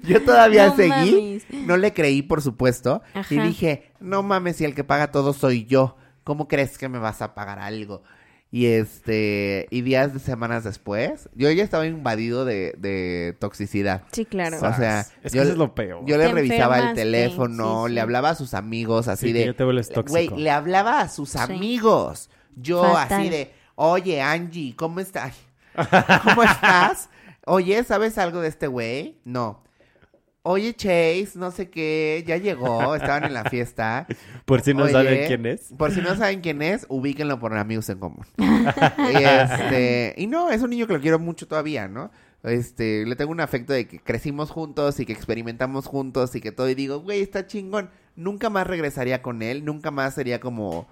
Speaker 3: yo todavía
Speaker 4: No
Speaker 3: seguí,
Speaker 4: mames.
Speaker 3: no le creí, por supuesto, y
Speaker 4: Ajá.
Speaker 3: dije, no mames, si el que paga todo soy yo, ¿cómo crees que me vas a pagar algo? Y este, y días de semanas después, yo ya estaba invadido de, de toxicidad.
Speaker 4: Sí, claro.
Speaker 3: O sea,
Speaker 2: es que
Speaker 3: yo,
Speaker 2: eso es lo peor.
Speaker 3: yo le
Speaker 4: Te
Speaker 3: revisaba el
Speaker 4: enfermaste,
Speaker 3: teléfono,
Speaker 4: sí, sí.
Speaker 3: le hablaba a sus amigos, así
Speaker 2: Sí, que
Speaker 3: de.
Speaker 2: ya te vuelves
Speaker 3: Güey,
Speaker 2: tóxico.
Speaker 3: le hablaba a sus amigos. Yo
Speaker 4: Fatal.
Speaker 3: así de, oye, Angie, ¿cómo estás? ¿Cómo estás? Oye, ¿sabes algo de este güey? No. Oye, Chase, no sé qué, ya llegó, estaban en la fiesta.
Speaker 2: Por si no
Speaker 3: Oye,
Speaker 2: saben quién es.
Speaker 3: Por si no saben quién es, ubíquenlo por amigos en común. este, y no, es un niño que lo quiero mucho todavía, ¿no? Este, le tengo un afecto de que crecimos juntos y que experimentamos juntos y que todo. Y digo, güey, está chingón. Nunca más regresaría con él, nunca más sería como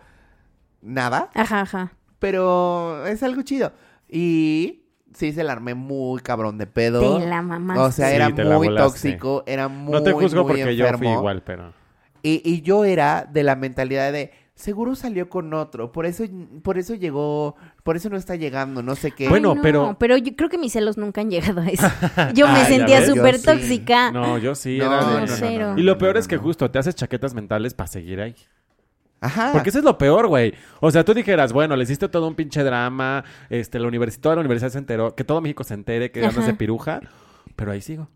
Speaker 3: nada,
Speaker 4: Ajá, ajá.
Speaker 3: pero es algo chido. Y sí se la armé muy cabrón de pedo.
Speaker 4: Te la mamás.
Speaker 3: O sea,
Speaker 2: Sí,
Speaker 3: era
Speaker 2: te la
Speaker 3: muy
Speaker 2: volaste.
Speaker 3: tóxico, era muy,
Speaker 2: no te juzgo
Speaker 3: muy
Speaker 2: porque yo fui
Speaker 3: enfermo.
Speaker 2: igual, pero.
Speaker 3: Y, y yo era de la mentalidad de seguro salió con otro, por eso, por eso llegó, por eso no está llegando, no sé qué.
Speaker 2: Bueno, pero-
Speaker 4: Pero yo creo que mis celos nunca han llegado a eso. Yo me
Speaker 2: Ah, ya
Speaker 4: sentía
Speaker 2: ves.
Speaker 4: súper
Speaker 3: Yo sí.
Speaker 4: tóxica.
Speaker 2: No, yo Ah. sí.
Speaker 3: No,
Speaker 2: era
Speaker 4: no,
Speaker 2: de-
Speaker 4: no, cero.
Speaker 2: Y lo peor
Speaker 3: no,
Speaker 2: es que
Speaker 3: no.
Speaker 2: justo te haces chaquetas mentales para seguir ahí.
Speaker 3: Ajá.
Speaker 2: Porque eso es lo peor, güey. O sea, tú dijeras, bueno, le hiciste todo un pinche drama, este, la universidad, toda la universidad se enteró, que todo México se entere que andas
Speaker 4: Ajá.
Speaker 2: de piruja, pero ahí sigo.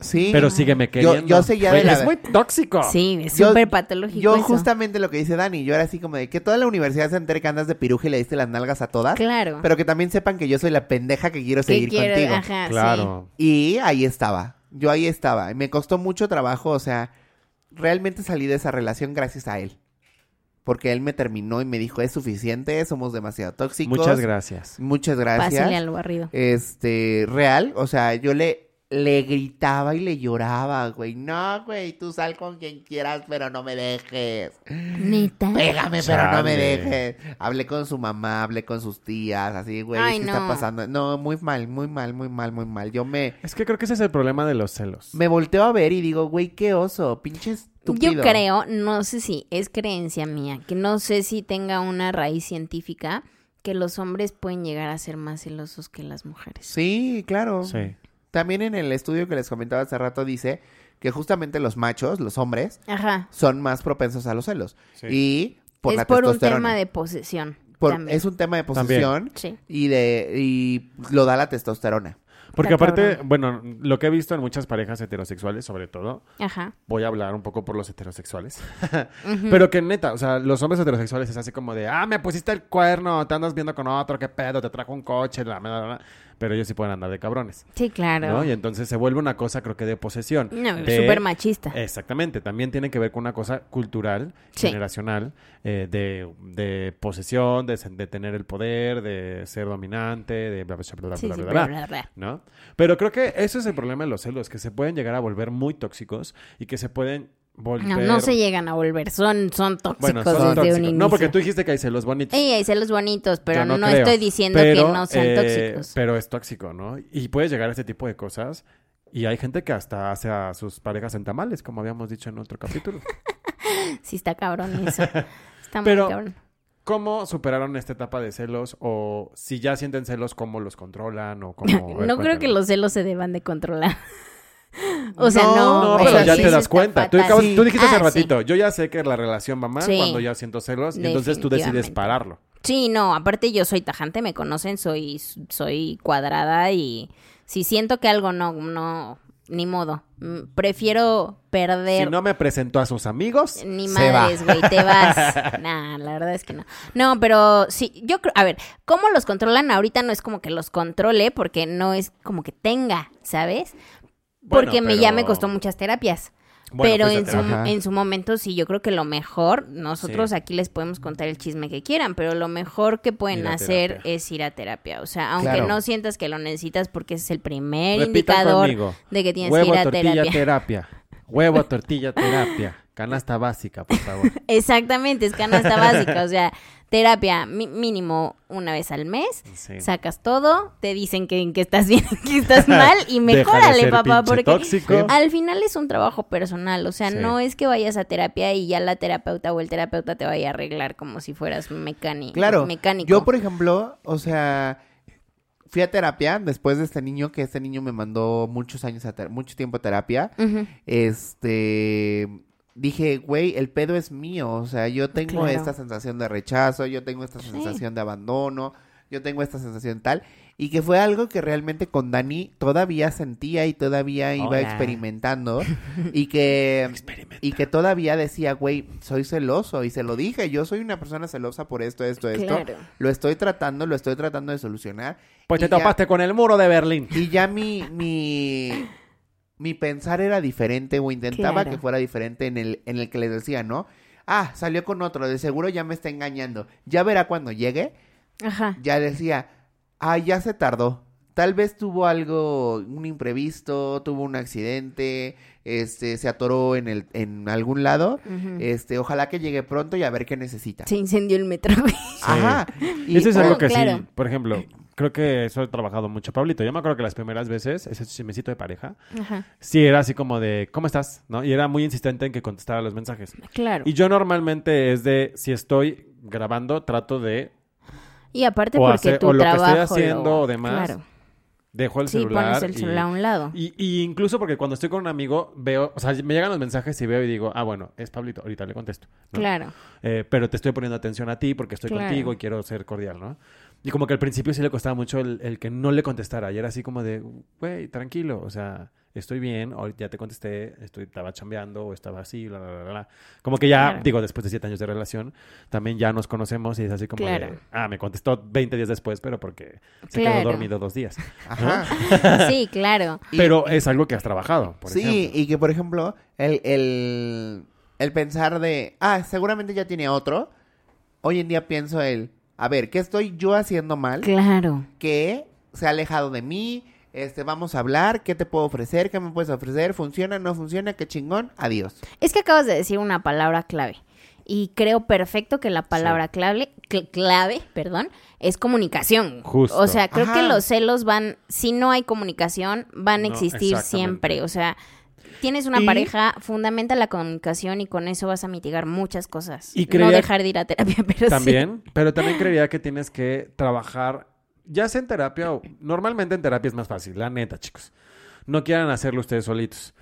Speaker 3: Sí.
Speaker 2: Pero sígueme queriendo.
Speaker 3: yo seguía de
Speaker 2: Güey,
Speaker 3: la-
Speaker 2: Es muy tóxico.
Speaker 4: Sí, es
Speaker 3: Yo-
Speaker 4: súper patológico.
Speaker 3: Yo
Speaker 4: eso.
Speaker 3: justamente lo que dice Dani, yo era así como de que toda la universidad se entere que andas de piruja y le diste las nalgas a todas,
Speaker 4: Claro.
Speaker 3: pero que también sepan que yo soy la pendeja que quiero
Speaker 4: Que
Speaker 3: seguir
Speaker 4: quiero-
Speaker 3: contigo.
Speaker 4: Ajá, sí.
Speaker 2: Claro.
Speaker 3: Y ahí estaba, yo ahí estaba. Y Me costó mucho trabajo, o sea, realmente salí de esa relación gracias a él. Porque él me terminó y me dijo, es suficiente, somos demasiado tóxicos.
Speaker 2: Muchas gracias.
Speaker 3: Muchas gracias.
Speaker 4: Pásale al barrido.
Speaker 3: Este, real, o sea, yo le, le gritaba y le lloraba, güey. No, güey, tú sal con quien quieras, pero no me dejes.
Speaker 4: Neta.
Speaker 3: Pégame, pero no me
Speaker 2: Chale.
Speaker 3: dejes. Hablé con su mamá, hablé con sus tías, así, güey,
Speaker 4: Ay,
Speaker 3: ¿qué está
Speaker 4: no.
Speaker 3: pasando? No, muy mal, muy mal, muy mal, muy mal. Yo me,
Speaker 2: Es que creo que ese es el problema de los celos.
Speaker 3: me volteo a ver y digo, güey, qué oso, pinche estúpido.
Speaker 4: Yo creo, no sé si es creencia mía, que no sé si tenga una raíz científica, que los hombres pueden llegar a ser más celosos que las mujeres.
Speaker 3: Sí, claro.
Speaker 2: Sí.
Speaker 3: También en el estudio que les comentaba hace rato dice que justamente los machos, los hombres,
Speaker 4: Ajá.
Speaker 3: son más propensos a los celos.
Speaker 2: Sí.
Speaker 3: Y por
Speaker 4: es
Speaker 3: la
Speaker 4: por un
Speaker 3: testosterona.
Speaker 4: tema de posesión.
Speaker 3: Por-
Speaker 4: también.
Speaker 3: es un tema de
Speaker 2: También.
Speaker 3: posesión
Speaker 4: Sí.
Speaker 3: y de y lo da la testosterona.
Speaker 2: Porque
Speaker 4: Está
Speaker 2: aparte,
Speaker 4: cabrón.
Speaker 2: bueno, lo que he visto en muchas parejas heterosexuales, sobre todo,
Speaker 4: Ajá.
Speaker 2: voy a hablar un poco por los heterosexuales.
Speaker 4: Ujú.
Speaker 2: Pero que neta, o sea, los hombres heterosexuales es así como de, ah, me pusiste el cuerno, te andas viendo con otro, qué pedo, te trajo un coche, la, la, la, la". pero ellos sí pueden andar de cabrones.
Speaker 4: Sí, claro.
Speaker 2: ¿no? Y entonces se vuelve una cosa, creo que de posesión.
Speaker 4: No,
Speaker 2: de- eh,
Speaker 4: súper machista.
Speaker 2: Exactamente, también tiene que ver con una cosa cultural,
Speaker 4: Sí.
Speaker 2: generacional, eh, de, de posesión, de, de tener el poder, de ser dominante, de bla, bla, bla, bla,
Speaker 4: Sí,
Speaker 2: bla,
Speaker 4: sí,
Speaker 2: bla,
Speaker 4: bla,
Speaker 2: bla.
Speaker 4: bla, bla.
Speaker 2: ¿no? Pero creo que eso es el problema de los celos, que se pueden llegar a volver muy tóxicos y que se pueden volver...
Speaker 4: No, no se llegan a volver, son, son tóxicos
Speaker 2: Bueno,
Speaker 4: desde
Speaker 2: son tóxicos.
Speaker 4: un inicio.
Speaker 2: No, porque tú dijiste que hay celos bonitos.
Speaker 4: Ey, hay celos bonitos, pero
Speaker 2: Yo
Speaker 4: no,
Speaker 2: creo.
Speaker 4: estoy diciendo
Speaker 2: Pero,
Speaker 4: que no sean
Speaker 2: eh,
Speaker 4: tóxicos.
Speaker 2: Pero es tóxico, ¿no? Y puede llegar a este tipo de cosas. Y hay gente que hasta hace a sus parejas en tamales, como habíamos dicho en otro capítulo.
Speaker 4: Sí, está cabrón eso. Está
Speaker 2: Pero-
Speaker 4: muy cabrón.
Speaker 2: ¿Cómo superaron esta etapa de celos? O si ya sienten celos, ¿cómo los controlan? O cómo, A ver,
Speaker 4: No creo que
Speaker 2: cuéntanos.
Speaker 4: los celos se deban de controlar. O sea,
Speaker 3: No,
Speaker 4: no.
Speaker 2: No,
Speaker 3: o
Speaker 2: pero
Speaker 3: sea,
Speaker 2: ya
Speaker 3: sí,
Speaker 2: te
Speaker 4: eso
Speaker 2: das
Speaker 4: está
Speaker 2: cuenta. Tú,
Speaker 4: fatal.
Speaker 2: acabas-
Speaker 3: Sí.
Speaker 2: tú dijiste hace
Speaker 4: Ah, sí.
Speaker 2: ratito, yo ya sé que la relación va mal
Speaker 4: Sí.
Speaker 2: cuando ya siento celos. Y entonces tú decides
Speaker 4: Definitivamente.
Speaker 2: pararlo.
Speaker 4: Sí, no, aparte yo soy tajante, me conocen, soy, soy cuadrada y si siento que algo no, no, ni modo. Mm, Prefiero perder.
Speaker 2: Si no me presentó a sus amigos,
Speaker 4: Ni
Speaker 3: se
Speaker 4: madres, güey, te vas. Nah, la verdad es que no. No, pero sí, yo creo, a ver, ¿cómo los controlan? Ahorita no es como que los controle, porque no es como que tenga, ¿sabes?
Speaker 2: Bueno,
Speaker 4: Porque me, ya
Speaker 2: pero-
Speaker 4: me costó muchas terapias.
Speaker 2: Bueno, pues,
Speaker 4: pero
Speaker 2: fuiste a
Speaker 4: en su,
Speaker 2: terapia.
Speaker 3: Ajá.
Speaker 4: en su momento sí, yo creo que lo mejor, nosotros
Speaker 2: Sí.
Speaker 4: aquí les podemos contar el chisme que quieran, pero lo mejor que pueden
Speaker 2: Ir a
Speaker 4: hacer
Speaker 2: terapia.
Speaker 4: es ir a terapia. O sea, aunque
Speaker 3: Claro.
Speaker 4: no sientas que lo necesitas porque ese es el primer
Speaker 2: Repitan
Speaker 4: indicador
Speaker 2: conmigo.
Speaker 4: de que tienes
Speaker 2: Huevo,
Speaker 4: que ir a
Speaker 2: tortilla,
Speaker 4: terapia.
Speaker 2: terapia. Huevo, tortilla, terapia. Canasta básica, por favor.
Speaker 4: Exactamente, es canasta básica, o sea, terapia mi- mínimo una vez al mes,
Speaker 2: Sí.
Speaker 4: sacas todo, te dicen que, en que estás bien, en que estás mal
Speaker 2: Deja de
Speaker 4: y mejórale,
Speaker 2: ser
Speaker 4: papá,
Speaker 2: pinche
Speaker 4: porque
Speaker 2: tóxico.
Speaker 4: al final es un trabajo personal, o sea,
Speaker 2: Sí.
Speaker 4: no es que vayas a terapia y ya la terapeuta o el terapeuta te vaya a arreglar como si fueras mecánico.
Speaker 3: Claro.
Speaker 4: mecánico.
Speaker 3: Yo, por ejemplo, o sea, fui a terapia después de este niño, que este niño me mandó muchos años a ter- mucho tiempo a terapia.
Speaker 4: Ujú.
Speaker 3: Este, dije, güey, el pedo es mío, o sea, yo tengo
Speaker 4: Ah, Claro.
Speaker 3: esta sensación de rechazo, yo tengo esta sensación de abandono, yo tengo esta sensación tal, y que fue algo que realmente con Dani todavía sentía y todavía iba
Speaker 2: Hola.
Speaker 3: experimentando, y que,
Speaker 2: Experimenta.
Speaker 3: y que todavía decía, güey, soy celoso, y se lo dije, yo soy una persona celosa por esto, esto, esto,
Speaker 4: Claro.
Speaker 3: lo estoy tratando, lo estoy tratando de solucionar,
Speaker 2: Pues
Speaker 3: y
Speaker 2: te
Speaker 3: ya-
Speaker 2: topaste con el muro de Berlín.
Speaker 3: y ya mi, mi, mi pensar era diferente o intentaba
Speaker 4: Claro.
Speaker 3: que fuera diferente en el, en el que les decía, ¿no? Ah, salió con otro, de seguro ya me está engañando. Ya verá cuando llegue.
Speaker 4: Ajá.
Speaker 3: Ya decía, ah, ya se tardó. Tal vez tuvo algo, un imprevisto, tuvo un accidente, este, se atoró en el, en algún lado.
Speaker 4: Ujú.
Speaker 3: Este, ojalá que llegue pronto y a ver qué necesita.
Speaker 4: Eh, Se incendió el metro. güey.
Speaker 3: Ajá. Y-
Speaker 2: Eso es
Speaker 4: Oh,
Speaker 2: algo que sí,
Speaker 4: claro.
Speaker 2: por ejemplo, creo que eso he trabajado mucho, Pablito. Yo me acuerdo que las primeras veces, ese chismecito de pareja,
Speaker 4: Ajá.
Speaker 2: sí era así como de, ¿cómo estás? ¿No? Y era muy insistente en que contestara los mensajes.
Speaker 4: Claro.
Speaker 2: Y
Speaker 4: Y,
Speaker 2: yo normalmente es de, si estoy grabando, trato de,
Speaker 4: aparte
Speaker 2: o
Speaker 4: porque
Speaker 2: hacer-
Speaker 4: tu
Speaker 2: o lo que estoy
Speaker 4: trabajo
Speaker 2: haciendo
Speaker 4: lo-
Speaker 2: o demás,
Speaker 4: Claro.
Speaker 2: dejo el
Speaker 4: Sí,
Speaker 2: celular.
Speaker 4: pones el
Speaker 2: y-
Speaker 4: celular a un lado.
Speaker 2: Y, y incluso porque cuando estoy con un amigo, veo, o sea, me llegan los mensajes y veo y digo, ah, bueno, es Pablito, ahorita le contesto. ¿no?
Speaker 4: Claro.
Speaker 2: Eh, pero te estoy poniendo atención a ti porque estoy
Speaker 4: Claro.
Speaker 2: contigo y quiero ser cordial, ¿no? Y como que al principio sí le costaba mucho el, el que no le contestara. Y era así como de, güey, tranquilo, o sea, estoy bien, ahorita ya te contesté, estoy, estaba chambeando o estaba así, bla, bla, bla, bla. Como que ya,
Speaker 4: Claro.
Speaker 2: digo, después de siete años de relación, también ya nos conocemos y es así como de,
Speaker 4: Claro.
Speaker 2: ah, me contestó 20 días después, pero porque se
Speaker 4: Claro.
Speaker 2: quedó dormido dos días.
Speaker 3: Ajá.
Speaker 4: Sí, claro.
Speaker 3: Y-
Speaker 2: pero es algo que has trabajado, por
Speaker 3: sí,
Speaker 2: ejemplo.
Speaker 3: y que por ejemplo, el, el, el pensar de, ah, seguramente ya tiene otro, hoy en día pienso el, a ver, ¿qué estoy yo haciendo mal?
Speaker 4: Claro.
Speaker 3: Que se ha alejado de mí, este, vamos a hablar, ¿qué te puedo ofrecer? ¿Qué me puedes ofrecer? ¿Funciona? ¿No funciona? ¿Qué chingón? Adiós.
Speaker 4: Es que acabas de decir una palabra clave. Y creo perfecto que la palabra clave, cl- clave, perdón, es comunicación.
Speaker 2: Justo.
Speaker 4: O sea, creo que
Speaker 3: Ajá.
Speaker 4: los celos van, si no hay comunicación, van a
Speaker 2: No,
Speaker 4: existir
Speaker 2: exactamente.
Speaker 4: siempre. O sea, tienes una
Speaker 2: Y-
Speaker 4: pareja, fundamenta la comunicación y con eso vas a mitigar muchas cosas.
Speaker 2: Y
Speaker 4: no
Speaker 2: creía-
Speaker 4: dejar de ir a terapia, pero sí.
Speaker 2: También, pero también creería que tienes que trabajar, ya sea en terapia o normalmente en terapia es más fácil, la neta, chicos. No quieran hacerlo ustedes solitos.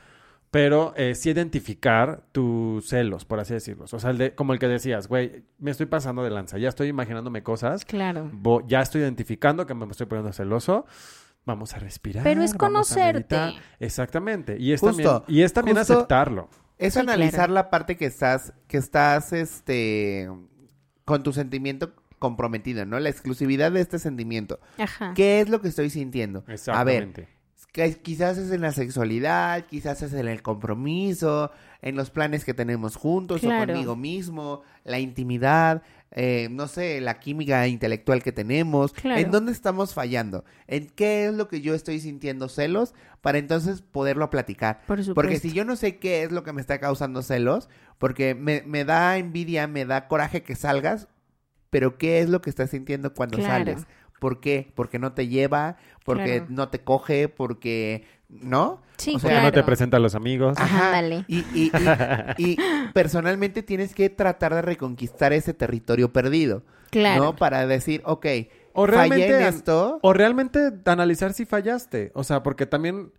Speaker 2: Pero eh, sí identificar tus celos, por así decirlos. O sea, el de- como el que decías, güey, me estoy pasando de lanza, ya estoy imaginándome cosas,
Speaker 4: Claro.
Speaker 2: vo- ya estoy identificando que me estoy poniendo celoso. Vamos a respirar.
Speaker 4: Pero es
Speaker 2: vamos a
Speaker 4: conocerte.
Speaker 2: meditar. Exactamente. Y es
Speaker 3: Justo,
Speaker 2: también, y es también
Speaker 3: justo-
Speaker 2: aceptarlo.
Speaker 3: Es
Speaker 4: Sí,
Speaker 3: analizar
Speaker 4: claro.
Speaker 3: la parte que estás, que estás, este, con tu sentimiento comprometido, ¿no? La exclusividad de este sentimiento.
Speaker 4: Ajá.
Speaker 3: ¿Qué es lo que estoy sintiendo? A ver,
Speaker 2: Exactamente.
Speaker 3: Que quizás es en la sexualidad, quizás es en el compromiso, en los planes que tenemos juntos o
Speaker 4: Claro.
Speaker 3: conmigo mismo, la intimidad, eh, no sé, la química intelectual que tenemos,
Speaker 4: Claro.
Speaker 3: en dónde estamos fallando, en qué es lo que yo estoy sintiendo celos para entonces poderlo platicar.
Speaker 4: Por supuesto.
Speaker 3: Porque si yo no sé qué es lo que me está causando celos, porque me, me da envidia, me da coraje que salgas, pero ¿qué es lo que estás sintiendo cuando
Speaker 4: Claro.
Speaker 3: sales? ¿Por qué? Porque no te lleva, porque
Speaker 4: Claro.
Speaker 3: no te coge, porque... ¿No?
Speaker 4: Sí,
Speaker 3: o sea,
Speaker 2: Porque
Speaker 4: claro.
Speaker 2: no te presenta a los amigos.
Speaker 3: Ah,
Speaker 4: Ándale.
Speaker 3: Y, y- y- y personalmente tienes que tratar de reconquistar ese territorio perdido,
Speaker 4: Claro.
Speaker 3: ¿no? Para decir, ok,
Speaker 2: O
Speaker 3: fallé en
Speaker 2: realmente-
Speaker 3: esto.
Speaker 2: O realmente analizar si fallaste. O sea, porque también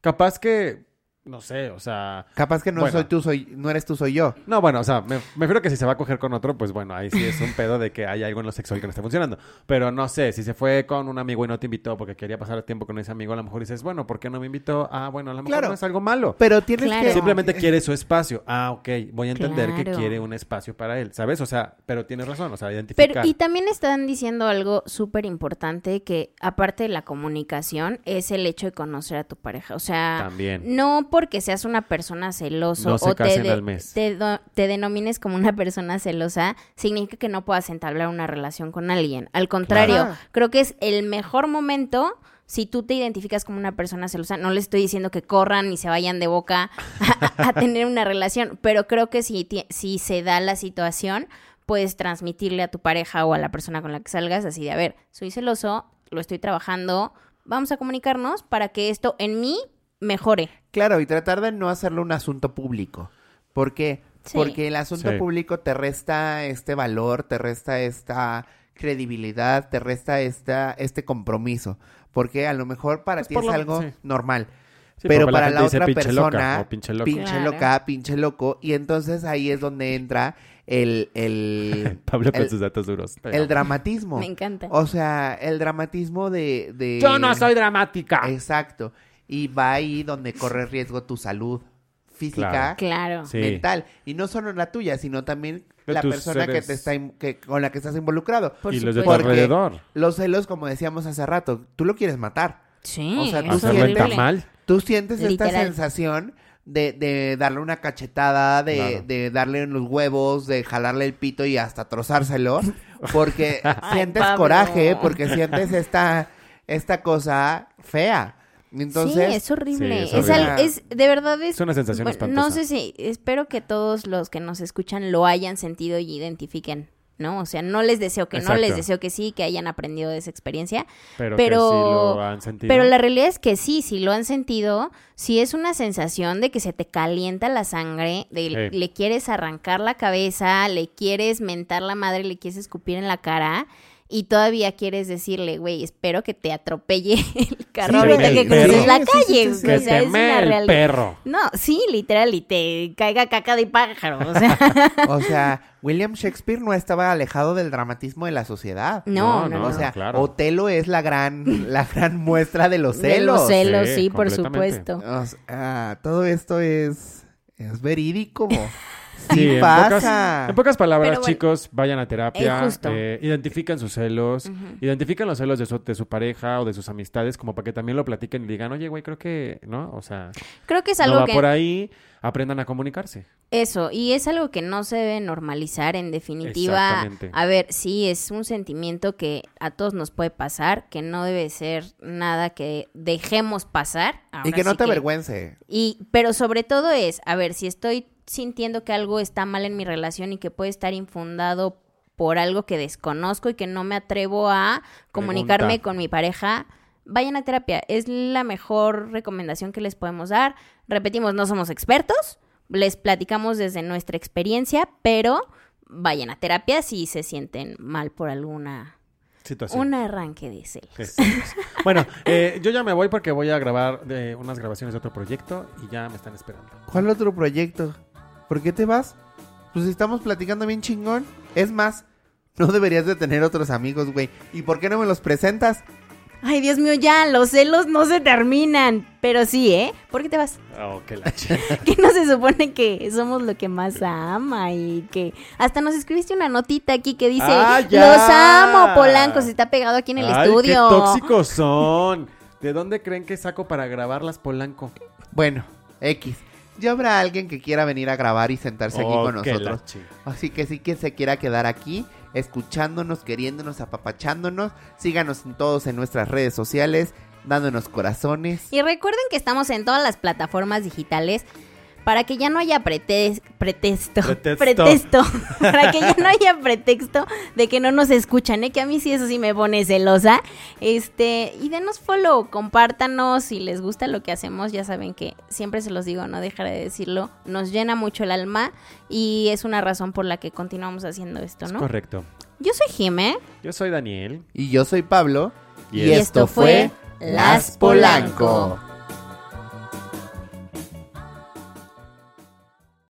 Speaker 2: capaz que, no sé, o sea...
Speaker 3: Capaz que no
Speaker 2: Bueno.
Speaker 3: soy tú, soy, no eres tú, soy yo.
Speaker 2: No, bueno, o sea, me, me refiero que si se va a coger con otro, pues bueno, ahí sí es un pedo de que hay algo en lo sexual que no está funcionando. Pero no sé, si se fue con un amigo y no te invitó porque quería pasar tiempo con ese amigo, a lo mejor dices, bueno, ¿por qué no me invitó? Ah, bueno, a lo mejor
Speaker 3: Claro.
Speaker 2: no es algo malo.
Speaker 3: Pero tienes
Speaker 4: Claro.
Speaker 3: que...
Speaker 2: Simplemente quiere su espacio. Ah, ok, voy a entender que
Speaker 4: Claro.
Speaker 2: quiere un espacio para él, ¿sabes? O sea, pero tienes razón, o sea, identificar.
Speaker 4: Pero, y también están diciendo algo súper importante que, aparte de la comunicación, es el hecho de conocer a tu pareja. O sea,
Speaker 2: También.
Speaker 4: no porque seas una persona celoso
Speaker 2: No se
Speaker 4: o te,
Speaker 2: casen al mes.
Speaker 4: te do- te denomines como una persona celosa, significa que no puedas entablar una relación con alguien. Al contrario,
Speaker 3: Claro.
Speaker 4: creo que es el mejor momento. Si tú te identificas como una persona celosa, no le estoy diciendo que corran y se vayan de boca a, a tener una relación, pero creo que si, ti- si se da la situación, puedes transmitirle a tu pareja o a la persona con la que salgas así de, a ver, soy celoso, lo estoy trabajando, vamos a comunicarnos para que esto en mí mejore.
Speaker 3: Claro, y tratar de no hacerlo un asunto público. ¿Por qué?
Speaker 4: Sí.
Speaker 3: Porque el asunto
Speaker 2: Sí.
Speaker 3: público te resta este valor, te resta esta credibilidad, te resta esta, este compromiso. Porque a lo mejor para
Speaker 2: Pues
Speaker 3: ti
Speaker 2: por
Speaker 3: es
Speaker 2: lo-
Speaker 3: algo
Speaker 2: sí.
Speaker 3: normal.
Speaker 2: Sí,
Speaker 3: pero
Speaker 2: porque
Speaker 3: para
Speaker 2: gente
Speaker 3: la,
Speaker 2: dice
Speaker 3: otra
Speaker 2: pinche
Speaker 3: persona,
Speaker 2: loca o pinche loco.
Speaker 3: pinche
Speaker 4: Claro.
Speaker 3: loca, pinche loco. Y entonces ahí es donde entra el, el,
Speaker 2: Pablo con
Speaker 3: el-
Speaker 2: sus datos duros. Pero-
Speaker 3: el dramatismo.
Speaker 4: Me encanta.
Speaker 3: O sea, el dramatismo de, de-
Speaker 2: Yo no soy dramática.
Speaker 3: Exacto. Y va ahí donde corre riesgo tu salud física,
Speaker 4: Claro.
Speaker 2: Sí.
Speaker 3: mental. Y no solo la tuya, sino también
Speaker 2: De
Speaker 3: la
Speaker 2: tus
Speaker 3: persona que
Speaker 2: seres.
Speaker 3: te está in- que- con la que estás involucrado.
Speaker 4: Por
Speaker 2: y los de tu
Speaker 4: supuesto.
Speaker 3: Porque-
Speaker 2: alrededor.
Speaker 3: Los celos, como decíamos hace rato, tú lo quieres matar.
Speaker 4: Sí,
Speaker 3: O sea, tú
Speaker 4: es
Speaker 3: sientes-
Speaker 2: Hacerlo en
Speaker 4: horrible.
Speaker 2: tamal.
Speaker 3: Tú sientes esta
Speaker 4: Literal.
Speaker 3: sensación de, de darle una cachetada, de,
Speaker 2: Claro.
Speaker 3: de darle en los huevos, de jalarle el pito y hasta trozárselo, porque
Speaker 4: Ay,
Speaker 3: sientes
Speaker 4: Pablo.
Speaker 3: coraje, porque sientes esta, esta cosa fea. Entonces,
Speaker 4: sí, es horrible.
Speaker 2: Sí, es
Speaker 4: es,
Speaker 3: horrible.
Speaker 4: al- es- de verdad es...
Speaker 2: Es una sensación
Speaker 4: bueno,
Speaker 2: espantosa.
Speaker 4: no sé si, espero que todos los que nos escuchan lo hayan sentido y identifiquen, ¿no? O sea, no les deseo que no, les
Speaker 2: Exacto.
Speaker 4: deseo que sí, que hayan aprendido de esa experiencia,
Speaker 2: Pero,
Speaker 4: pero-
Speaker 2: que sí lo han sentido.
Speaker 4: Pero la realidad es que sí, si lo han sentido, sí es una sensación de que se te calienta la sangre, de
Speaker 2: Sí.
Speaker 4: le quieres arrancar la cabeza, le quieres mentar la madre, le quieres escupir en la cara y todavía quieres decirle, güey, espero que te atropelle el carro
Speaker 2: Sí,
Speaker 4: ahorita
Speaker 2: el
Speaker 4: que
Speaker 2: perro.
Speaker 4: cruces la
Speaker 3: Sí, sí,
Speaker 4: calle.
Speaker 3: sí, sí,
Speaker 4: güey".
Speaker 3: sí.
Speaker 2: que
Speaker 4: O sea,
Speaker 2: te
Speaker 4: es una
Speaker 2: mea el
Speaker 4: realidad.
Speaker 2: perro.
Speaker 4: No, sí, literal, y te caiga caca de pájaro. O sea,
Speaker 3: o sea, William Shakespeare no estaba alejado del dramatismo de la sociedad.
Speaker 4: no, no,
Speaker 2: no,
Speaker 4: no.
Speaker 3: o sea,
Speaker 2: claro.
Speaker 3: Otelo es la gran, la gran muestra de los
Speaker 4: De
Speaker 3: celos.
Speaker 4: los celos,
Speaker 2: Sí,
Speaker 4: sí, por
Speaker 2: completamente.
Speaker 4: supuesto.
Speaker 3: O sea, todo esto es, es verídico. Sí,
Speaker 2: Sí, en
Speaker 3: pasa.
Speaker 2: pocas, en pocas palabras,
Speaker 4: Pero bueno,
Speaker 2: chicos, vayan a terapia,
Speaker 4: es justo.
Speaker 2: eh, identifiquen sus celos, identifiquen los celos de su, de su pareja o de sus amistades, como para que también lo platiquen y digan, oye, güey, creo que, ¿no? O sea,
Speaker 4: Creo que es
Speaker 2: no
Speaker 4: algo
Speaker 2: va
Speaker 4: que...
Speaker 2: por ahí, aprendan a comunicarse.
Speaker 4: Eso, y es algo que no se debe normalizar en definitiva.
Speaker 2: Exactamente.
Speaker 4: A ver, sí, es un sentimiento que a todos nos puede pasar, que no debe ser nada que dejemos pasar.
Speaker 3: y
Speaker 4: Ahora
Speaker 3: que no
Speaker 4: sí
Speaker 3: te avergüence.
Speaker 4: Y, pero sobre todo es, a ver, si estoy sintiendo que algo está mal en mi relación y que puede estar infundado por algo que desconozco y que no me atrevo a comunicarme
Speaker 2: Pregunta.
Speaker 4: con mi pareja, vayan a terapia. Es la mejor recomendación que les podemos dar. Repetimos, no somos expertos, les platicamos desde nuestra experiencia, pero vayan a terapia si se sienten mal por alguna
Speaker 2: Situación.
Speaker 4: un arranque de celos.
Speaker 2: Es- es- Bueno, eh, yo ya me voy porque voy a grabar eh, unas grabaciones de otro proyecto y ya me están esperando.
Speaker 3: ¿Cuál otro proyecto? ¿Por qué te vas? Pues estamos platicando bien chingón. Es más, no deberías de tener otros amigos, güey. ¿Y por qué no me los presentas?
Speaker 4: Ay, Dios mío, ya, los celos no se terminan. Pero sí, ¿eh? ¿Por qué te vas?
Speaker 2: Oh, qué la ch-
Speaker 4: que no se supone que somos lo que más ama y que hasta nos escribiste una notita aquí que dice
Speaker 2: ¡Ah, ya!
Speaker 4: los amo Polanco se está pegado aquí en el
Speaker 2: Ay,
Speaker 4: estudio
Speaker 2: ¡Qué tóxicos son! ¿De dónde creen que saco para grabarlas, Polanco?
Speaker 3: Bueno, X. Ya habrá alguien que quiera venir a grabar y sentarse aquí
Speaker 2: Oh,
Speaker 3: con
Speaker 2: qué la
Speaker 3: nosotros.
Speaker 2: chi-
Speaker 3: Así que si quien se quiera quedar aquí, escuchándonos, queriéndonos, apapachándonos, síganos en todos en nuestras redes sociales, dándonos corazones.
Speaker 4: y recuerden que estamos en todas las plataformas digitales para que ya no haya pretes- pretexto,
Speaker 2: Pretexto.
Speaker 4: pretexto, para que ya no haya pretexto de que no nos escuchan, ¿eh? que a mí sí eso sí me pone celosa. Este, y denos follow, compártanos si les gusta lo que hacemos, ya saben que siempre se los digo, no dejaré de decirlo, nos llena mucho el alma y es una razón por la que continuamos haciendo esto,
Speaker 2: Es
Speaker 4: ¿no?
Speaker 2: correcto.
Speaker 4: Yo soy Jimé.
Speaker 2: Yo soy Daniel.
Speaker 3: Y yo soy Pablo.
Speaker 2: Y
Speaker 4: esto fue Las Polanco.